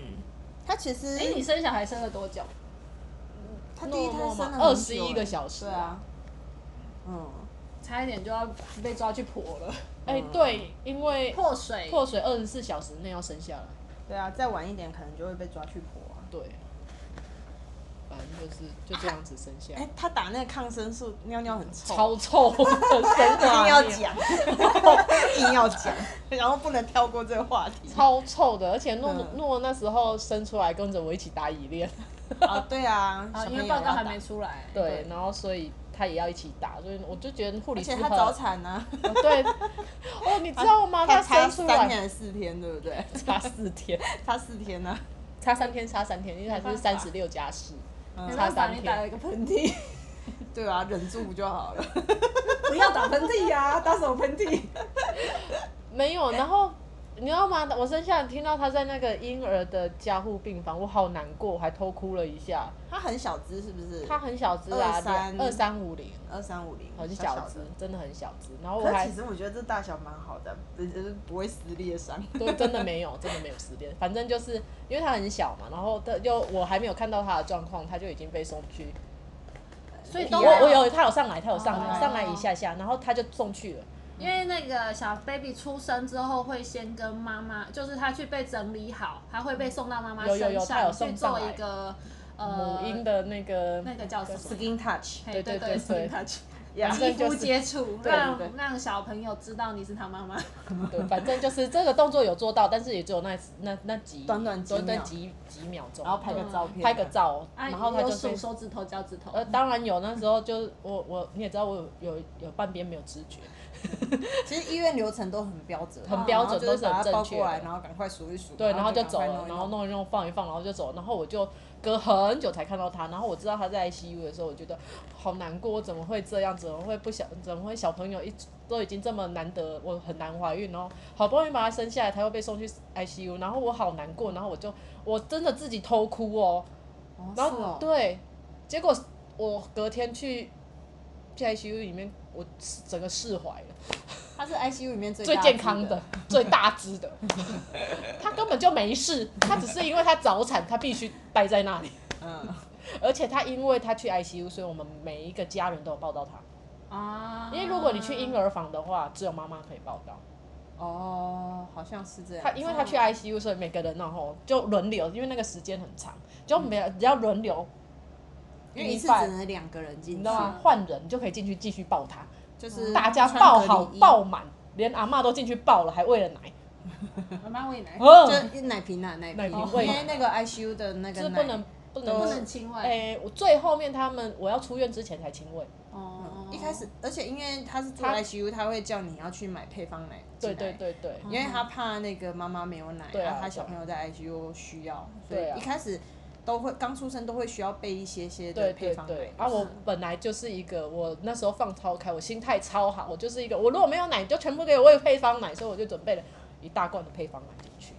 他其
嗯
实，
哎、你生小孩生了多久？
他第一胎生了
二
很
十
久
一
欸
个小时，
对啊，，嗯，
差一点就要被抓去婆了，
哎、对，因为
破水，
破水二十四小时内要生下来。
对啊，再晚一点可能就会被抓去婆啊。
对，反正就是就这样子生下
哎、
来，
他打那个抗生素，尿尿很臭，
超臭的生
一定
活
要讲， 硬要讲，然后不能跳过这个话 题。
超臭的，而且诺
嗯
诺那时候生出来跟着我一起打蚁链，
啊，对啊，
啊，
小
因
朋友
为报告
要
还
打
没，出来。
对，然后所以他也要一起打，所以我就觉得护
而
理师
且他早产啊，
哦对，哦你知道吗？
他
生
差
出
三
来
年四天，对不对？
差四天，
差四天啊呢、
差三天差三天，因为他是
没办
三
法
十六加四，
没
差
办法，
三
你打
天，
了一个喷嚏，
嗯对啊，忍住就好了。
不要打喷嚏呀、 打什么喷嚏？
没有，然后你知道吗？我生下来听到他在那个婴儿的加护病房，我好难过，我还偷哭了一下。
它很小只是不是？
他很小只啊，
23
二三五零，
二三五零，
好像
小
小
小
只
的。，
真的很小只。然后我
可
还
是其实我觉得这大小蛮好的，不是不会撕 裂伤。
对，真的没有，真的没有失恋。反正就是因为他很小嘛，然后他又我还没有看到他的状况，他就已经被送去。
所以
我
都
我有他有上来，他有上来，
哦
上来一下下，然后他就送去了。
因为那个小 baby 出生之后会先跟妈妈，就是他去被整理好，他会被送到妈妈
有有有
身
他有
上去
送上
做
来
一个呃
母婴的那个
那个叫什么？
Skin touch，
嘿
对
对
对对
touch，
呀
正
肌
就
肤
是
接触，
对
让
对对
让小朋友知道你是他妈妈。
对，反正就是这个动作有做到，但是也只有那那那几
短短几秒
短短几几秒钟，
然后拍个照片，
拍个。照，
啊
然后他
有
就
数
是。
手指头、脚趾头。嗯
呃，当然有，那时候就我我你也知道我有有有半边没有知觉，
其实医院流程都很标准，啊
很标准
然后就是把
都是
它
很
抱
正确的
过来，然后赶快数一数，
对，然后就
赶
走
快
了，
一
然后弄一弄放一放，然后就走，然后我就隔很久才看到他，然后我知道他在 ICU 的时候，我觉得好难过，我怎么会这样，怎么会不想，怎么会小朋友一都已经这么难得，我很难怀孕，然后好不容易把他生下来，他又被送去 ICU，然后我好难过，然后我就我真的自己偷哭哦，
哦
然
是
后、
哦
对，结果我隔天去去 ICU 里面，我整个释怀了。
它是 ICU 里面最
最
大
健
只
康的、最大只的， 他根本就没事，他只是因为他早产，他必须待在那里，
嗯，
而且他因为他去 ICU，所以我们每一个家人都有抱到他，
啊
因为如果你去婴儿房的话，只有妈妈可以抱到
哦，好像是这样。
他，因为他去 ICU，所以每个人然后就轮流，因为那个时间很长，就没有只要轮流，
嗯因为一次
明白
只能两个人
你
进
知
去
道，吗？换人就可以进去继续抱他，
就是
大家
嗯穿
抱
隔
好
离衣哎
抱满，连阿嬷都进去抱了，还喂了奶，
妈妈喂奶，
哦，
就奶瓶啊，奶
奶
瓶，
瓶喂
因为那个 ICU 的那
就是
个奶
不能不能
不能亲喂。
哎、我最后面他们我要出院之前才亲喂，
哦
一开始，而且因为他是住
他
ICU，他会叫你要去买配方奶进
对对
来，
对对，
因为他怕那个妈妈没有奶，
对啊
然后他
对
小朋友在 ICU 需要，所
对啊
以一开始都会刚出生都会需要备一些些的
对
配
对
方
对
奶，。
啊，我本来就是一个，我那时候放超开，我心态超好，我就是一个，我如果没有奶，你就全部给我喂配方奶，所以我就准备了一大罐的配方奶进去，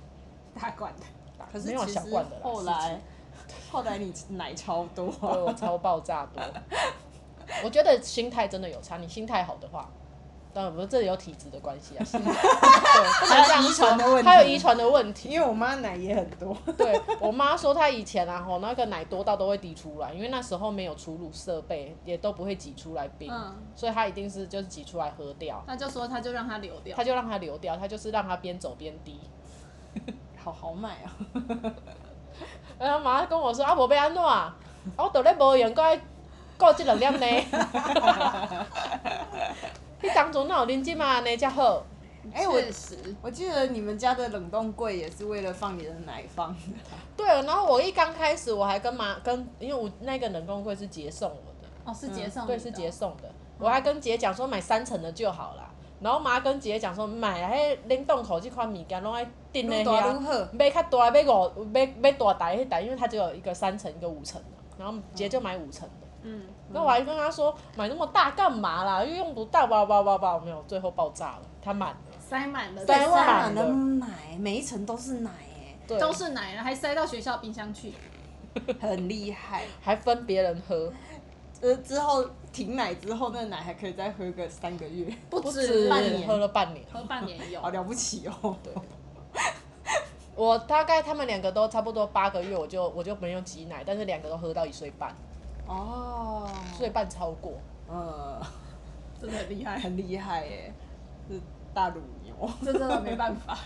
大罐的，
大
可是
没有
其实
小罐的啦，
后
十
来
几，
后来你奶超 多，
对我超爆炸多，我觉得心态真的有差，你心态好的话。当然不是，这里有体质的关 系啊，心态对，不能这样
还有遗传的
说
问题
还有遗传的问题，
因为我妈奶也很多，
对我妈说，她以前啊，吼那个奶多到都会滴出来，因为那时候没有储乳设备，也都不会挤出来冰，
嗯
所以她一定是就是挤出来喝掉，
那就说他就让他流掉
她。就让它流掉，她就是让它边走边滴。
好豪迈啊！
然后妈妈跟我说啊，无要安怎啊，我倒咧无闲，搁爱顾即两点呢。 你当初哪有恁即嘛安尼才好？
哎，我
确实，
我记得你们家的冷冻柜也是为了放你的奶 放的，
对了，然后我一刚开始我还跟妈跟，因为我那个冷冻柜是姐送我的，
哦，是结送，
对，是姐，送的。我还跟姐讲说买三层的就好啦，然后妈跟姐讲说买哎迄冷冻库这款物件拢爱订咧
愈大愈
遐，
好。
买较大买五买买大台迄台，因为它只有一个三层一个五层的，然后姐就买五层的。
嗯，
那、我还跟她说买那么大干嘛啦，又用不到，吧吧吧吧，没有，最后爆炸了，它满了，
塞满了，
塞
塞
满
满
了
了奶，每一层都是奶，
对，
都是奶了，还塞到学校冰箱去。
哎，很厉 害。
还分别人喝，
呃，之后停奶之后，那奶还可以再喝个三个月，
不
不
止
止
半年，
喝了半年。
喝半年也
好
有。
了不起哦。
我大概他们两个都差不多八个月，我就我就没有挤奶，但是两个都喝到一岁半，
哦，
一岁半超过。
呃，
真的很厉害，
很厉害耶，是大乳牛，
这真的没办法。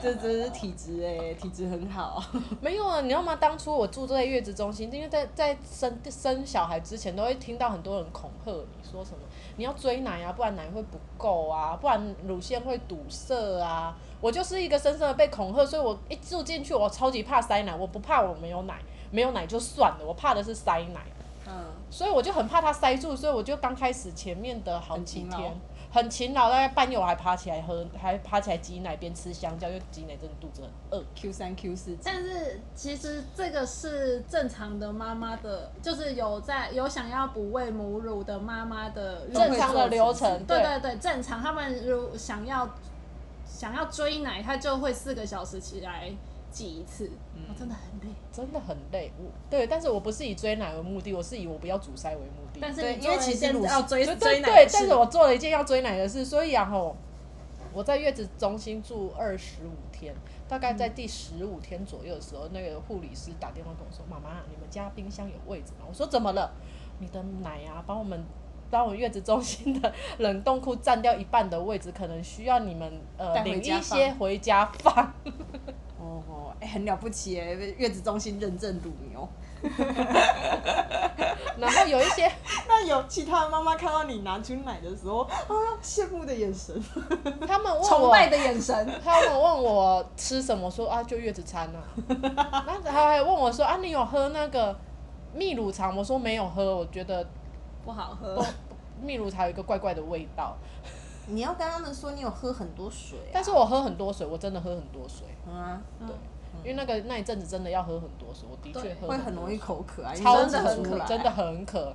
这真是体质哎，体质很好。
没有啊，你知道吗？当初我住在月子中心，因为在在生生小孩之前，都会听到很多人恐吓你说什么你要追奶啊，不然奶会不够啊，不然乳腺会堵塞啊。我就是一个深深的被恐吓，所以我一住进去，我超级怕塞奶，我不怕我没有奶，没有奶就算了，我怕的是塞奶。
嗯，
所以我就很怕它塞住，所以我就刚开始前面的好几
很勤劳
天很勤劳，大概半夜我还爬起来喝，还爬起来挤奶边吃香蕉，因为挤奶真的肚子很饿。
嗯 Q 三 Q 四，
但是其实这个是正常的妈妈的，就是有在有想要补喂母乳的妈妈的
会
正常的流程，
对
对
对对，正常。他们如想要想要追奶，他就会四个小时起来挤一次，哦真的很累。
真的很累。我对，但是我不是以追奶为目的，我是以我不要阻塞为目的。
但是
对，
你
因为
哦做了
其
一
实
件
乳要追
对
追
对
奶
对，
是
但是我做了一件要追奶的事，所以啊吼，我在月子中心住二十五天，大概在第十五天左右的时候，那个护理师打电话跟我说：“妈妈，你们家冰箱有位置吗？”我说：“怎么了？你的奶啊，帮我们。”帮我们月子中心的冷冻库占掉一半的位置，可能需要你们呃
带回
领
家
一些
放
回家放。
哦哦，哎、很了不起哎，月子中心认证乳牛。
然后有一些
那有其他的妈妈看到你拿出奶的时候，啊，羡慕的眼神。
他们问我
崇拜的眼神，
他们问我吃什么，说啊就月子餐啊， 那他还问我说啊你有喝那个秘乳茶吗？我说没有喝，我觉得
不好喝。
秘乳茶有一个怪怪的味道，
你要跟他们说你有喝很多水、啊，
但是我喝很多水，我真的喝很多水，
嗯啊，
因为那个那一阵子真的要喝很多水，我的确
对
喝
会
很
很
多
容
水
易口渴啊，
超
因为
级
真的很
渴，真的很渴，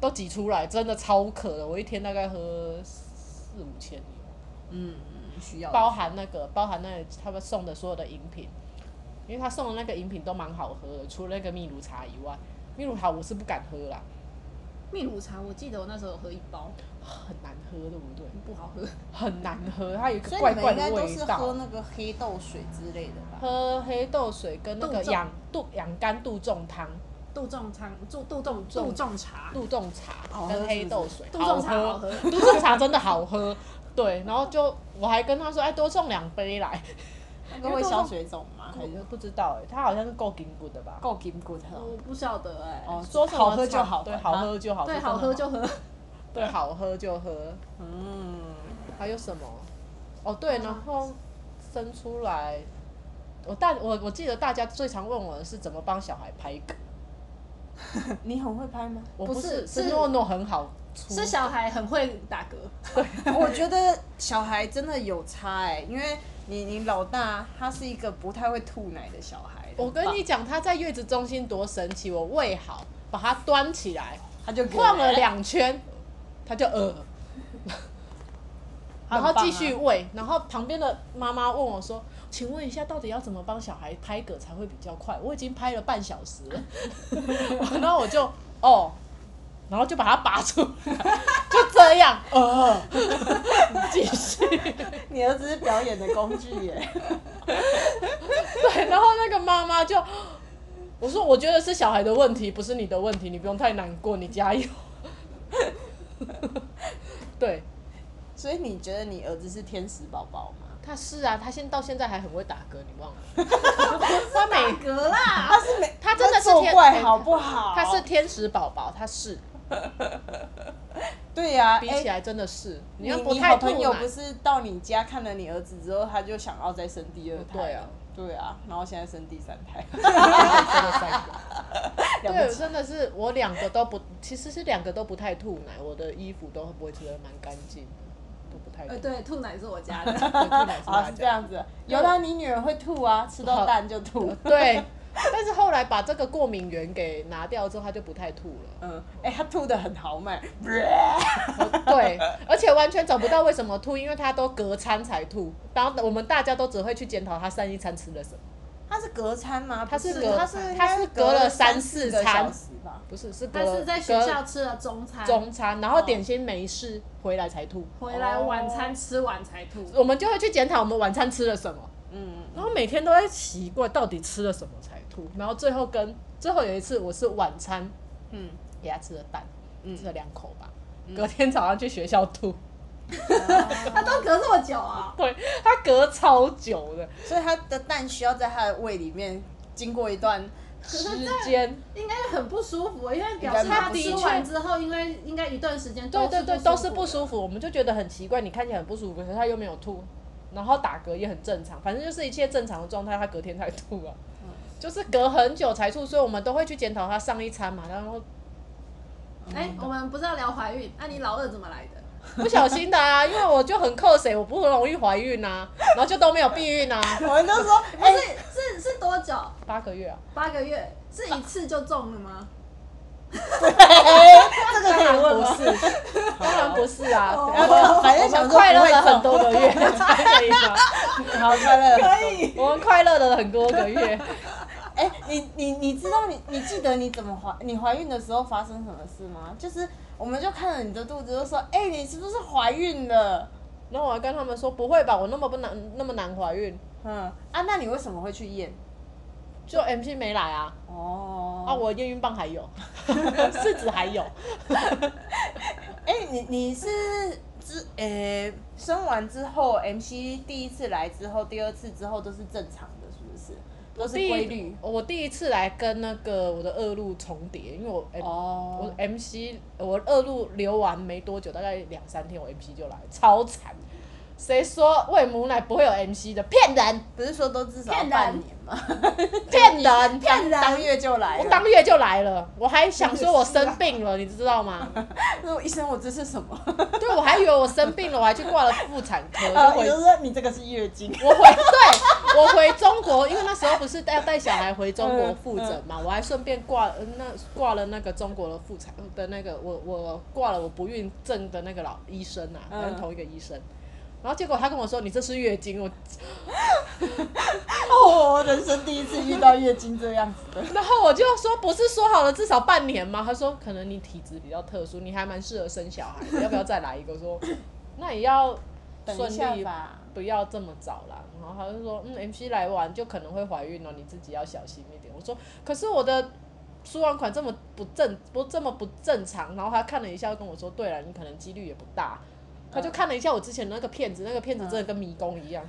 都挤出来，真的超渴的，我一天大概喝四五千有
嗯，嗯需要的
包含那个包含那个他们送的所有的饮品，因为他送的那个饮品都蛮好喝的，除了那个秘鲁茶以外，秘鲁茶我是不敢喝啦，
秘鲁茶，我记得我那时候有喝一包，
很难喝，对不对？
不好喝。
很难喝，它有一个
所以
怪
你们
怪
应
的
该都
味
是
道
喝。那个黑豆水之类的吧？
喝黑豆水跟那
杜
个
仲
养杜养肝杜仲汤、
杜仲汤、杜杜仲
仲
杜仲茶，
杜仲茶
好喝哦是
跟
不是
黑豆水，
杜仲茶好
好
喝
喝，杜仲茶真的好喝。对，然后就我还跟他说，哎，多送两杯来。
那个会消水肿吗？还
我
是
不知道哎、他好像是够筋骨的吧？
哦够 g 骨头？
我不晓得哎、
哦，
说什么
好喝就
茶
好，
对，好。喝就好，说
对，
真的
好喝就喝。
对，好喝就喝。
嗯，
还有什么？哦，对，然后生出来，我大我我记得大家最常问我的是怎么帮小孩拍嗝。
你很会拍吗？
我
不
是是
是是
诺诺很好出，
是小孩很会打嗝，
我觉得小孩真的有差哎、因为你你老大他是一个不太会吐奶的小孩，
我跟你讲，他在月子中心多神奇，我喂好，把他端起来，
他就
晃了，两圈，他就呃，然后继续喂，然后旁边的妈妈问我说：“请问一下，到底要怎么帮小孩拍嗝才会比较快？我已经拍了半小时了。” 然后我就哦，然后就把它拔出来， 就这样呃， 继续。
你儿子是表演的工具耶、
对，然后那个妈妈就我说：“我觉得是小孩的问题，不是你的问题，你不用太难过，你加油。”对，
所以你觉得你儿子是天使宝宝吗？
他是啊，他现到现在还很会打嗝，你忘了？ 他每
嗝啦，
他是没，
他真的是
作
天
怪
哎
好不好？
他是天使宝宝，他是
对呀、
比
哎
起来真的是，
你
要不
你
太
好
吐奶
朋友不是到你家看了你儿子之后，他就想要再生第二胎？
对啊，
对啊，然后现在生第三 胎，
真的三个，
了不
对，
起。
真的是我两个都不，其实是两个都不太吐奶，我的衣服都不会觉得蛮干净的，都不太
呃，
吐。
对，吐奶是我家的。
对，吐奶是
啊，
大
是这
家。
样子。有啦，你女儿会吐啊，吃到蛋就吐。
对，但是后来把这个过敏源给拿掉之后，他就不太吐了。
嗯，哎、她吐的很豪迈，
我对，而且完全找不到为什么吐，因为他都隔餐才吐，然后我们大家都只会去检讨他上一餐吃了什么。
她是隔餐吗？
她是
不
隔
她是
她是隔了三
四
四
个
餐
小时吧？
不是，是隔
他是在学
隔
校啊吃了中餐，
中餐，然后点心没事，回来才吐。
回来晚
哦
餐吃完才 吐。
我们就会去检讨我们晚餐吃了什么，
嗯，
然后每天都在奇怪到底吃了什么才吐，然后最后跟最后有一次我是晚餐，
嗯，
给他吃了蛋，
嗯
吃了两口吧，
嗯
隔天早上去学校吐，
他都隔这么久啊？
对他隔超久的
所以她的蛋需要在她的胃里面经过一 段
时间，
应该很不舒服，啊因为表示他吃完之后，应该应该一段时间
对对对，都是不
服
舒服，我们就觉得很奇怪，你看起来很不舒服，可是他又没有吐，然后打嗝也很正常，反正就是一切正常的状态，他隔天才吐啊，就是隔很久才吐，所以我们都会去检讨他上一餐嘛，然后
的。哎，我们不是要聊怀孕？那你老二怎么来的？
不小心的啊，因为我就很克谁，我不容易怀孕啊，然后就都没有避孕啊，
我们都说，
不
哎、
是是是多久？
八个月啊，
八个月？是一次就中了吗？
哎这个可以问吗？
不是， 当然不是啊，
哎我反正
我
想
们
说
快
不
乐
会
了很
中，
多个月，才可以吗？
好快乐。可以。
我们快乐了很多个月，
哎、你你你知道你你记得你怎么怀你怀孕的时候发生什么事吗？就是我们就看着你的肚子，就说，哎、你是不是怀孕了？
然后我还跟他们说不会吧，我那么不难那么难怀孕，
嗯啊，那你为什么会去验？
就 MC 没来啊，
哦，
啊我验孕棒还有， 试纸还有，
哎、你你是之诶、生完之后，MC 第一次来之后，第二次之后都是正常的，是不是？ 都是
第一
规律。
我第一次来跟那个我的二路重叠，因为我 M、
哦
我 MC 我二路流完没多久，大概两三天我 MC 就来，超惨。谁说喂母奶不会有 MC 的？骗 人，
不是说都至少
骗人
半年吗？
骗人，
骗人！
当月就来
我
了。
当月就来了，我还想说我生病了，你知道 吗？
那我医生，我这是什么？
对，我还以为我生病了，我还去挂了妇产科，
啊，
就
我
回
就 说你这个是月经。
我回对，我回中国，因为那时候不是带带小孩回中国复诊
嗯
嘛，我还顺便挂呃那挂了那个中国的妇产的那个我我挂了我不孕症的那个老医生啊，
嗯
反正同一个医生。然后结果他跟我说：“你这是月经。”我，
哦，我人生第一次遇到月经这样子的。
然后我就说：“不是说好了至少半年吗？”他说：“可能你体质比较特殊，你还蛮适合生小孩的，要不要再来一个？”我说：“那也要
等
顺
一下
利
吧。
不要这么早啦。然后他就说，嗯，MC 来晚就可能会怀孕哦，你自己要小心一点。我说，可是我的输卵管这么不正，不这么不正常。然后他看了一下，跟我说，对了，你可能几率也不大。他就看了一下我之前那个片子，那个片子真的跟迷宫一样。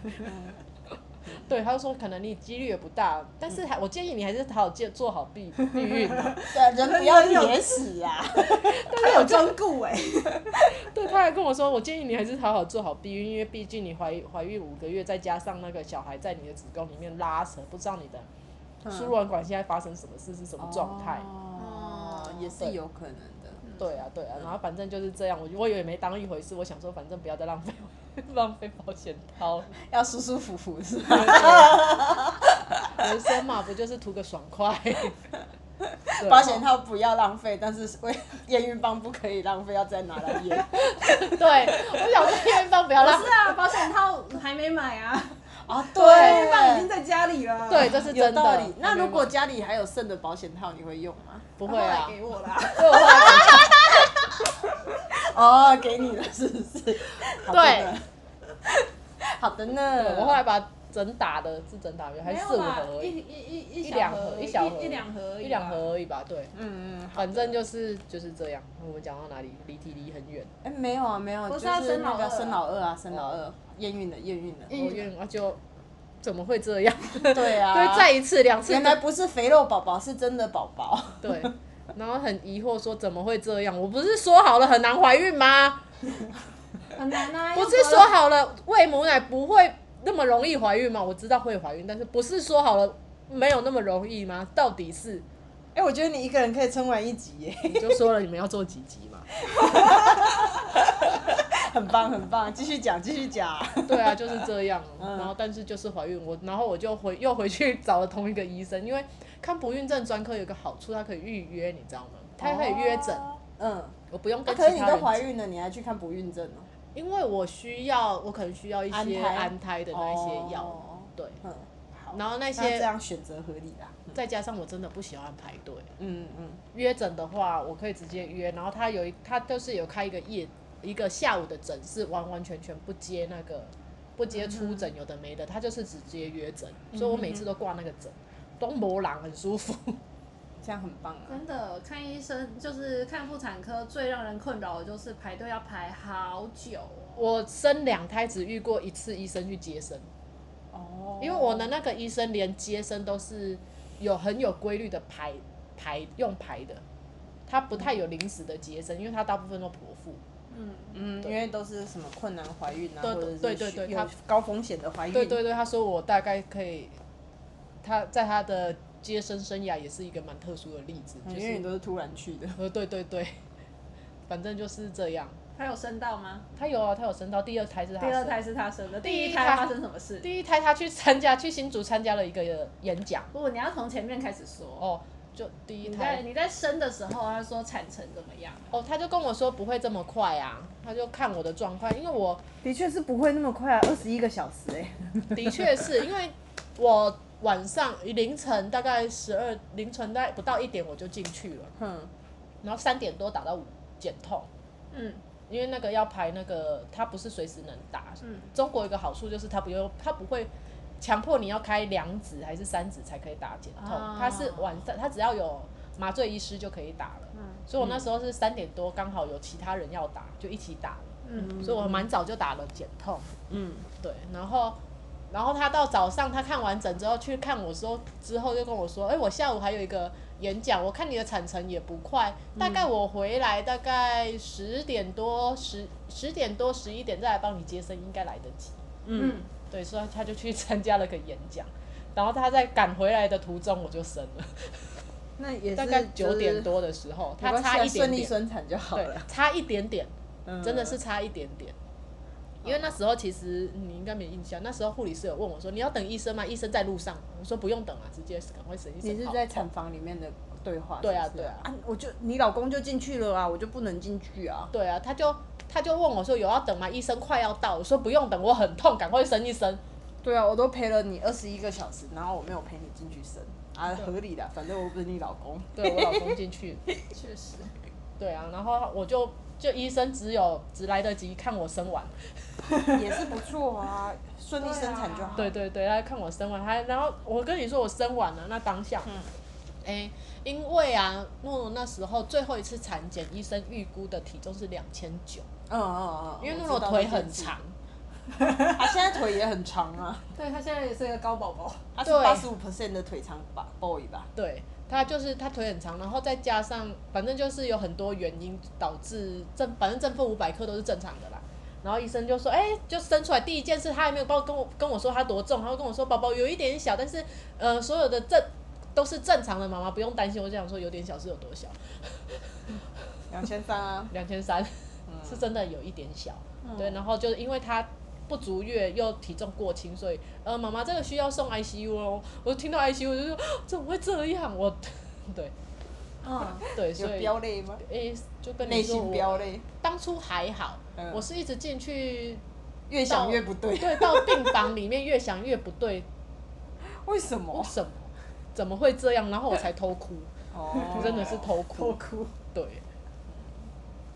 对，他就说可能你几率也不大，但是还我建议你还是好好做做好避避孕啊、
对，人不要野史啊！
他有中固哎、
欸
对，他还跟我说，我建议你还是好好做好避孕，因为毕竟你怀怀孕五个月，再加上那个小孩在你的子宫里面拉扯，不知道你的输卵管现在发生什么事是什么状态。
嗯哦，也是有可能的。
对啊，对啊，
嗯
然后反正就是这样，我我也没当一回事，我想说反正不要再浪费 浪费保险套了，
要舒舒服服是吧？
人生嘛不就是图个爽 快？对
保险套不要浪费，但是为验孕棒不可以浪费，要再拿来验。
对，我想说验孕棒不要浪
不是啊，保险套还没买啊，
啊，
验孕棒已经在家里了。
对，这是
有
真
道
的
理。。那如果家里还有剩的保险套，你会用吗？
不
然
会
后来
啊，
给我啦。
对我后来
哦，给你了是不是？好的
对
呢。好的
对
呢。
我后来把整打的是整打的，还
没
是
有
四五
啦
盒，而
一
已，
一一
一
一
两
小
盒
盒，
一小盒
一两盒而已吧，
一两盒而已吧，对。
嗯嗯。好
反正就是就是这样。我们讲到哪里？离题离很远。
哎，没有啊，没有，
不
就是
要
是
生老
那个
二啊
生老二啊，生老二，验孕的，验孕的。
我愿啊就怎么会这样？
嗯 对啊。
对，再一次两次
原来不是肥肉宝宝，是真的宝宝。
对，然后很疑惑说怎么会这样？我不是说好了很难怀孕吗？
很难啊。
不
要
是
隔
说好了喂母奶不会那么容易怀孕吗？我知道会怀孕，但是不是说好了没有那么容易吗？到底是
哎、我觉得你一个人可以撑完一集耶，
你就说了你们要做几集嘛？
很棒很棒，继续讲继续讲。
对啊，就是这样。
嗯
然后但是就是怀孕，我然后我就回又回去找了同一个医生，因为看不孕症专科有一个好处，它可以预约，你知道吗？它可以约诊，
嗯，
我不用
啊
跟其
可
他
是你都
人
怀
挤，
孕了，你还去看不孕症哦、
因为我需要，我可能需要一些
安胎
安胎的那一些药，
哦
对，
嗯，好，
然后那
那
些
这样选择合理啦。
再加上我真的不喜欢排队，
嗯嗯，
约诊的话我可以直接约，然后他有一他就是有开一个夜一个下午的诊，是完完全全不接那个不接出诊，有的没
嗯
的，他就是直接约诊，所以我每次都挂那个诊，都没人很舒服。
这样很棒啊。
真的，看医生就是看妇产科，最让人困扰的就是排队要排好久哦。
我生两胎只遇过一次医生去接生，
哦
因为我的那个医生连接生都是有很有规律的排排用排的，他不太有临时的接生，因为他大部分都剖腹。
嗯，因为都是什么困难怀孕啊，
对
或者是
对对对
有
他
高风险的怀孕。
对对对，他说我大概可以，他在他的接生生涯也是一个蛮
哦
特殊的例子，
嗯，
就
因为你
是
都是突然去的。
呃对对对，反正就是这样。
他有生到吗？
他有啊，他有生到第二胎是他
第二
啊生
胎是他生的，第
第
一
一
胎
胎
发生什么事？
第一胎他去参加去新竹参加了一个演讲
不过你要从前面开始说。
哦，就第一
你在
胎
你在生的时候，他说产程怎么样？
哦，他就跟我说不会这么快啊，他就看我的状况，因为我
的确是不会那么快啊，二十一个小时哎、
的确是因为我晚上凌晨大概十二凌晨大概不到一点我就进去了，
哼，
然后三点多打到五减痛，
嗯，
因为那个要排那个，它不是随时能打。
嗯
中国有一个好处就是它不用，它不会强迫你要开两指还是三指才可以打减痛，
啊
它是晚上，它只要有麻醉医师就可以打了。
嗯
所以我那时候是三点多，刚好有其他人要打，就一起打了。
嗯
所以我蛮早就打了减痛。
嗯，
对，然后。然后他到早上，他看完诊之后去看我说，之后就跟我说，哎，我下午还有一个演讲，我看你的产程也不快，大
嗯
概我回来大概十点多十十点多十一点再来帮你接生，应该来得及。
嗯，
对，所以他就去参加了个演讲，然后他在赶回来的途中我就生了，
那也是
大概
就
九
是
点，多的时候，他
没关系啊
差一点
顺利
点，
生产就好
对
了，，
差一点点，
嗯
真的是差一点点。因为那时候其实你应该没印象，那时候护理师有问我说：“你要等医生吗？医生在路上。”我说：“不用等啊，直接赶快生医生。”
你是在产房里面的对话是不是？
对啊对啊
啊，我就你老公就进去了啊，我就不能进去啊。
对啊，他就他就问我说有要等吗？医生快要到，我说不用等，我很痛，赶快生一生。
对啊，我都陪了你二十一个小时，然后我没有陪你进去生啊，合理的，反正我不是你老 公。
对我老公进去，
确实，
对啊，然后我就就医生只有只来得及看我生完，
也是不错啊，顺利生产就好。
对啊对对，他看我生完，他然后我跟你说我生完了，那当下，
嗯
哎、因为啊诺诺那时候最后一次产检，医生预估的体重是两千九，
嗯嗯嗯，
因为诺诺
我知道
腿
这件
很
事，
长，
他现在腿也很长啊，
对他现在也是一个高宝宝，
他是
对
八十五 percent 的腿长吧 boy 吧。
对，他就是他腿很长，然后再加上反正就是有很多原因导致正，反正正负五百克都是正常的啦。然后医生就说，哎、就生出来第一件事，他还没有帮我跟我跟我说他多重，他会跟我说宝宝有一点小，但是呃所有的正都是正常的，妈妈不用担心。我就想说有点小是有多小，
两千三啊，
两千三是真的有一点小，
嗯
对，然后就是因为他。不足月又体重过轻，所以呃，妈妈这个需要送 ICU 哦。我听到 ICU 我就说哦怎么会这样？我， 对
嗯，
对，所
有
以
飙泪吗？
诶、就跟
内
你说
心
我，
飙泪，
当初还好，
嗯
我是一直进去，
越想越不对，
对，到病房里面越想越不对，
为什
为
么？
什 么？怎么会这样？然后我才偷哭，
哦
真的是偷哭，
哭。
对，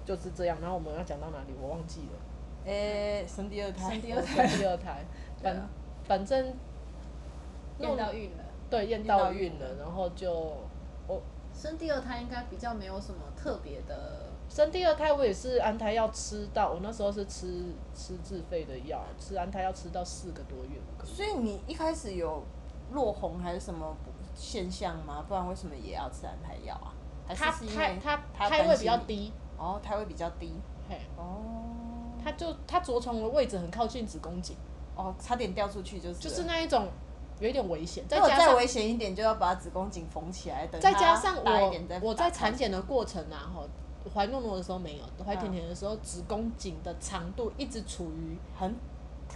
就是这样。然后我们要讲到哪里？我忘记了，
诶，生第二胎，
生第二胎
讲第二胎，
对
反、
啊
反正
验到孕了。
对验
到
到
孕
孕了，然后就我
生第二胎应该比较没有什么特别的，
生第二胎，我也是安胎药吃到，我那时候是吃吃自费的药，吃安胎药吃到四个多月，五个月
所以你一开始有落红还是什么现象吗？不然为什么也要吃安胎药啊？还
他
是是因
胎
为
他
他
胎
担
位
心
比较
你，
低，
哦，胎位比较低，
嘿，
哦，
他就他着床的位置很靠近子宫颈，
哦，差点掉出去就是了，
就是那一种有一点危险，
如
再
果
加
再
上
危险一点，就要把子宫颈缝起来，等
再
它
加上
大一点
我
再
我
打
在
开
产检的过程啊，吼，怀诺诺的时候没有，
嗯
怀甜甜的时候子宫颈的长度一直处于
很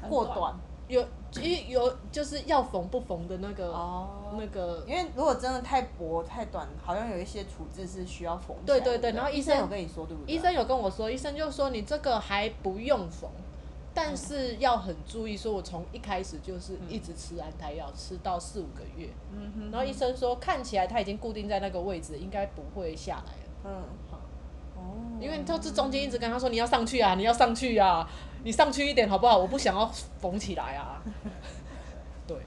过
短
短
有一有就是要缝不缝的那个
哦。
那个，
因为如果真的太薄太短，好像有一些处置是需要缝起来。
对对
对
对
不
然后
医
医生
有跟你说对不对？
医生有跟我说，医生就说你这个还不用缝。
嗯
但是要很注意，说我从一开始就是一直吃安胎药，吃到四五个月，
嗯哼，
然后医生说，看起来他已经固定在那个位置，应该不会下来了。
嗯， 哦，
因为就这中间一直跟他说，你要上去啊，你要上去啊，你上去一点好不好？我不想要缝起来啊。 对，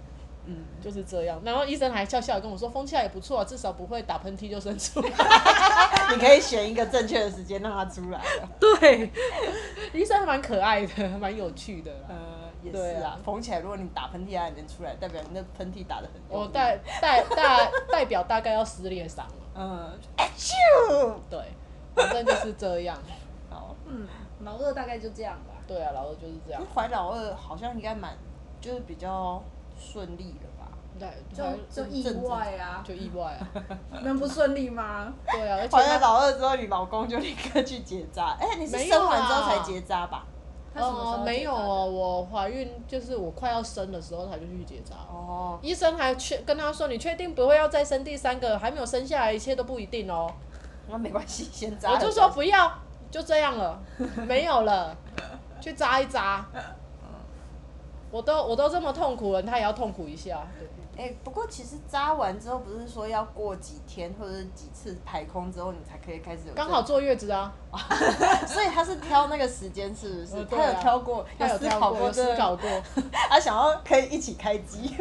嗯，
就是这样。然后医生还笑笑地跟我说，缝起来也不错、啊，至少不会打喷嚏就生出来。
你可以选一个正确的时间让它出来了。
对，医生还蛮可爱的， 蛮有趣的啦。
呃，也
对
是
啊，
啊缝起来，如果你打喷嚏它还能出来，代表你那喷嚏打的很用
我
力。
哦代代代代表大概要撕裂伤了。
嗯，咻，
对，反正就是这样。
好。
老二嗯大概就这样吧。
对啊，然后就是这样
那。怀老二好像应该蛮就是比较顺利了吧？
对，
就
还
就
嗯
意外啊，
就意外啊，能
能不顺利吗？
对 啊，而且
怀了
他
老二之后，你老公就立刻去结扎。哎、你是
没有
生完之后
啊
才结扎吧？
他什么时候
呃没有
结扎的
哦，我怀孕就是我快要生的时候，他就去结扎了。
哦，
医生还确跟他说：“你确定不会要再生第三个？还没有生下来，一切都不一定哦。
那没关系，先”扎。
我就说不要，就这样 了，没有了，去扎一扎。我都我都这么痛苦了，他也要痛苦一下。
哎、不过其实扎完之后，不是说要过几天或者是几次排空之后，你才可以开始有
刚好
症
坐月子啊，
状，所以他是挑那个时间，是不是？
呃对
他
啊
有挑过，
他有
思
跳
考
过，有
这
思
个
考过，
他想要可以一起开 机。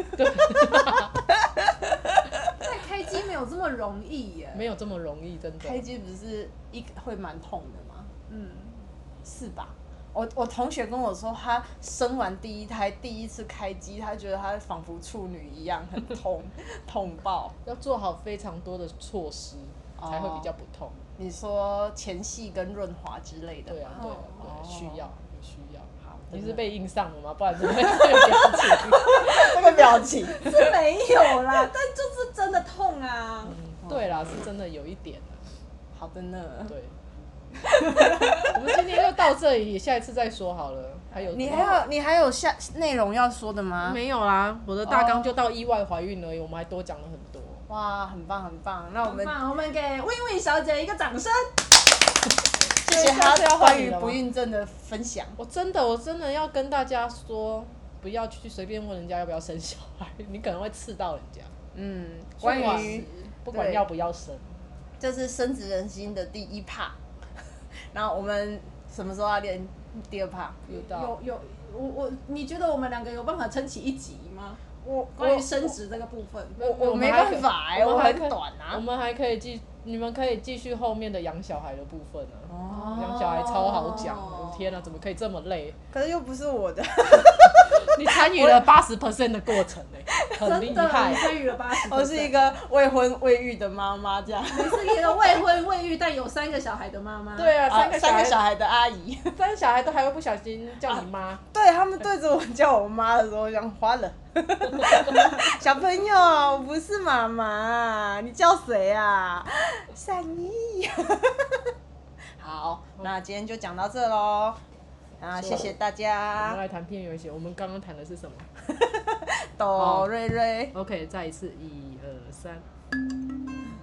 但开机没有这么容易耶。
没有这么容易，真的。
开机不是一会蛮痛的吗？
嗯，
是吧？我我同学跟我说，她生完第一胎第一次开机，她觉得她仿佛处女一样，很 痛痛爆。
要做好非常多的措施，
哦
才会比较不痛。
你说前戏跟润滑之类的
对啊
吗？，
对啊，
哦
对，需要有需要。
好
你
真
是
的
被硬上了吗？不然怎么会这个表情？
这个表情，
是没有啦，但就是真的痛啊。
嗯对啦，是真的有一点啊。
好的呢。
对，我们今天就到这里，下一次再说好了。还有
你还有你还有下内容要说的吗？
没有啦？我的大
哦
纲就到意外怀孕而已，我们还多讲了很多。
哇，很棒很棒！那我们
那我们给 Win Win 小姐一个掌声。
谢谢
下
她
次要换
关
你
于
了吗
不孕症的分享。
我真的，我真的要跟大家说，不要去随便问人家要不要生小孩，你可能会刺到人 家。
嗯，关
说完
于
不管
对
要不要生，
这是深植人心的第一 趴，然后我们什么时候要练第二趴？
有到
有有，我我你觉得我们两个有办法撑起一集吗？
我
关于生殖这个部分，
我我
们
没
还可
办法哎、
我
我
们还
很
可以
短
我
啊。
们还可以继，你们可以继续后面的养小孩的部分啊。
哦，
养小孩超好讲的，我天啊哪、怎么可以这么 累？
可是又不是我的，
你参与了八十 percent 的过程哎、很厉
真的
害
你。参与了 八十，
我是一个未婚未育的妈妈这 样。
你是一个未婚未育但有三个小孩的妈妈。
对啊，三
啊
个小
三
孩，
个小孩的阿姨，
三个小孩都还会不小心叫你妈，
对他们对着我叫我妈的时候，我想花 了。小朋友，我不是妈妈，你叫谁啊？善意。 好，那今天就讲到这喽。啊，谢谢大
我们
家，
来谈片游戏。我们刚刚谈的是什么
董瑞瑞。
？OK，再一次，一二 三，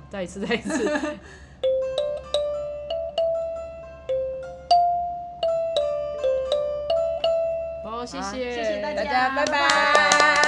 再一次，再一次。好，谢
好
谢，
谢谢大家
大家拜
拜
拜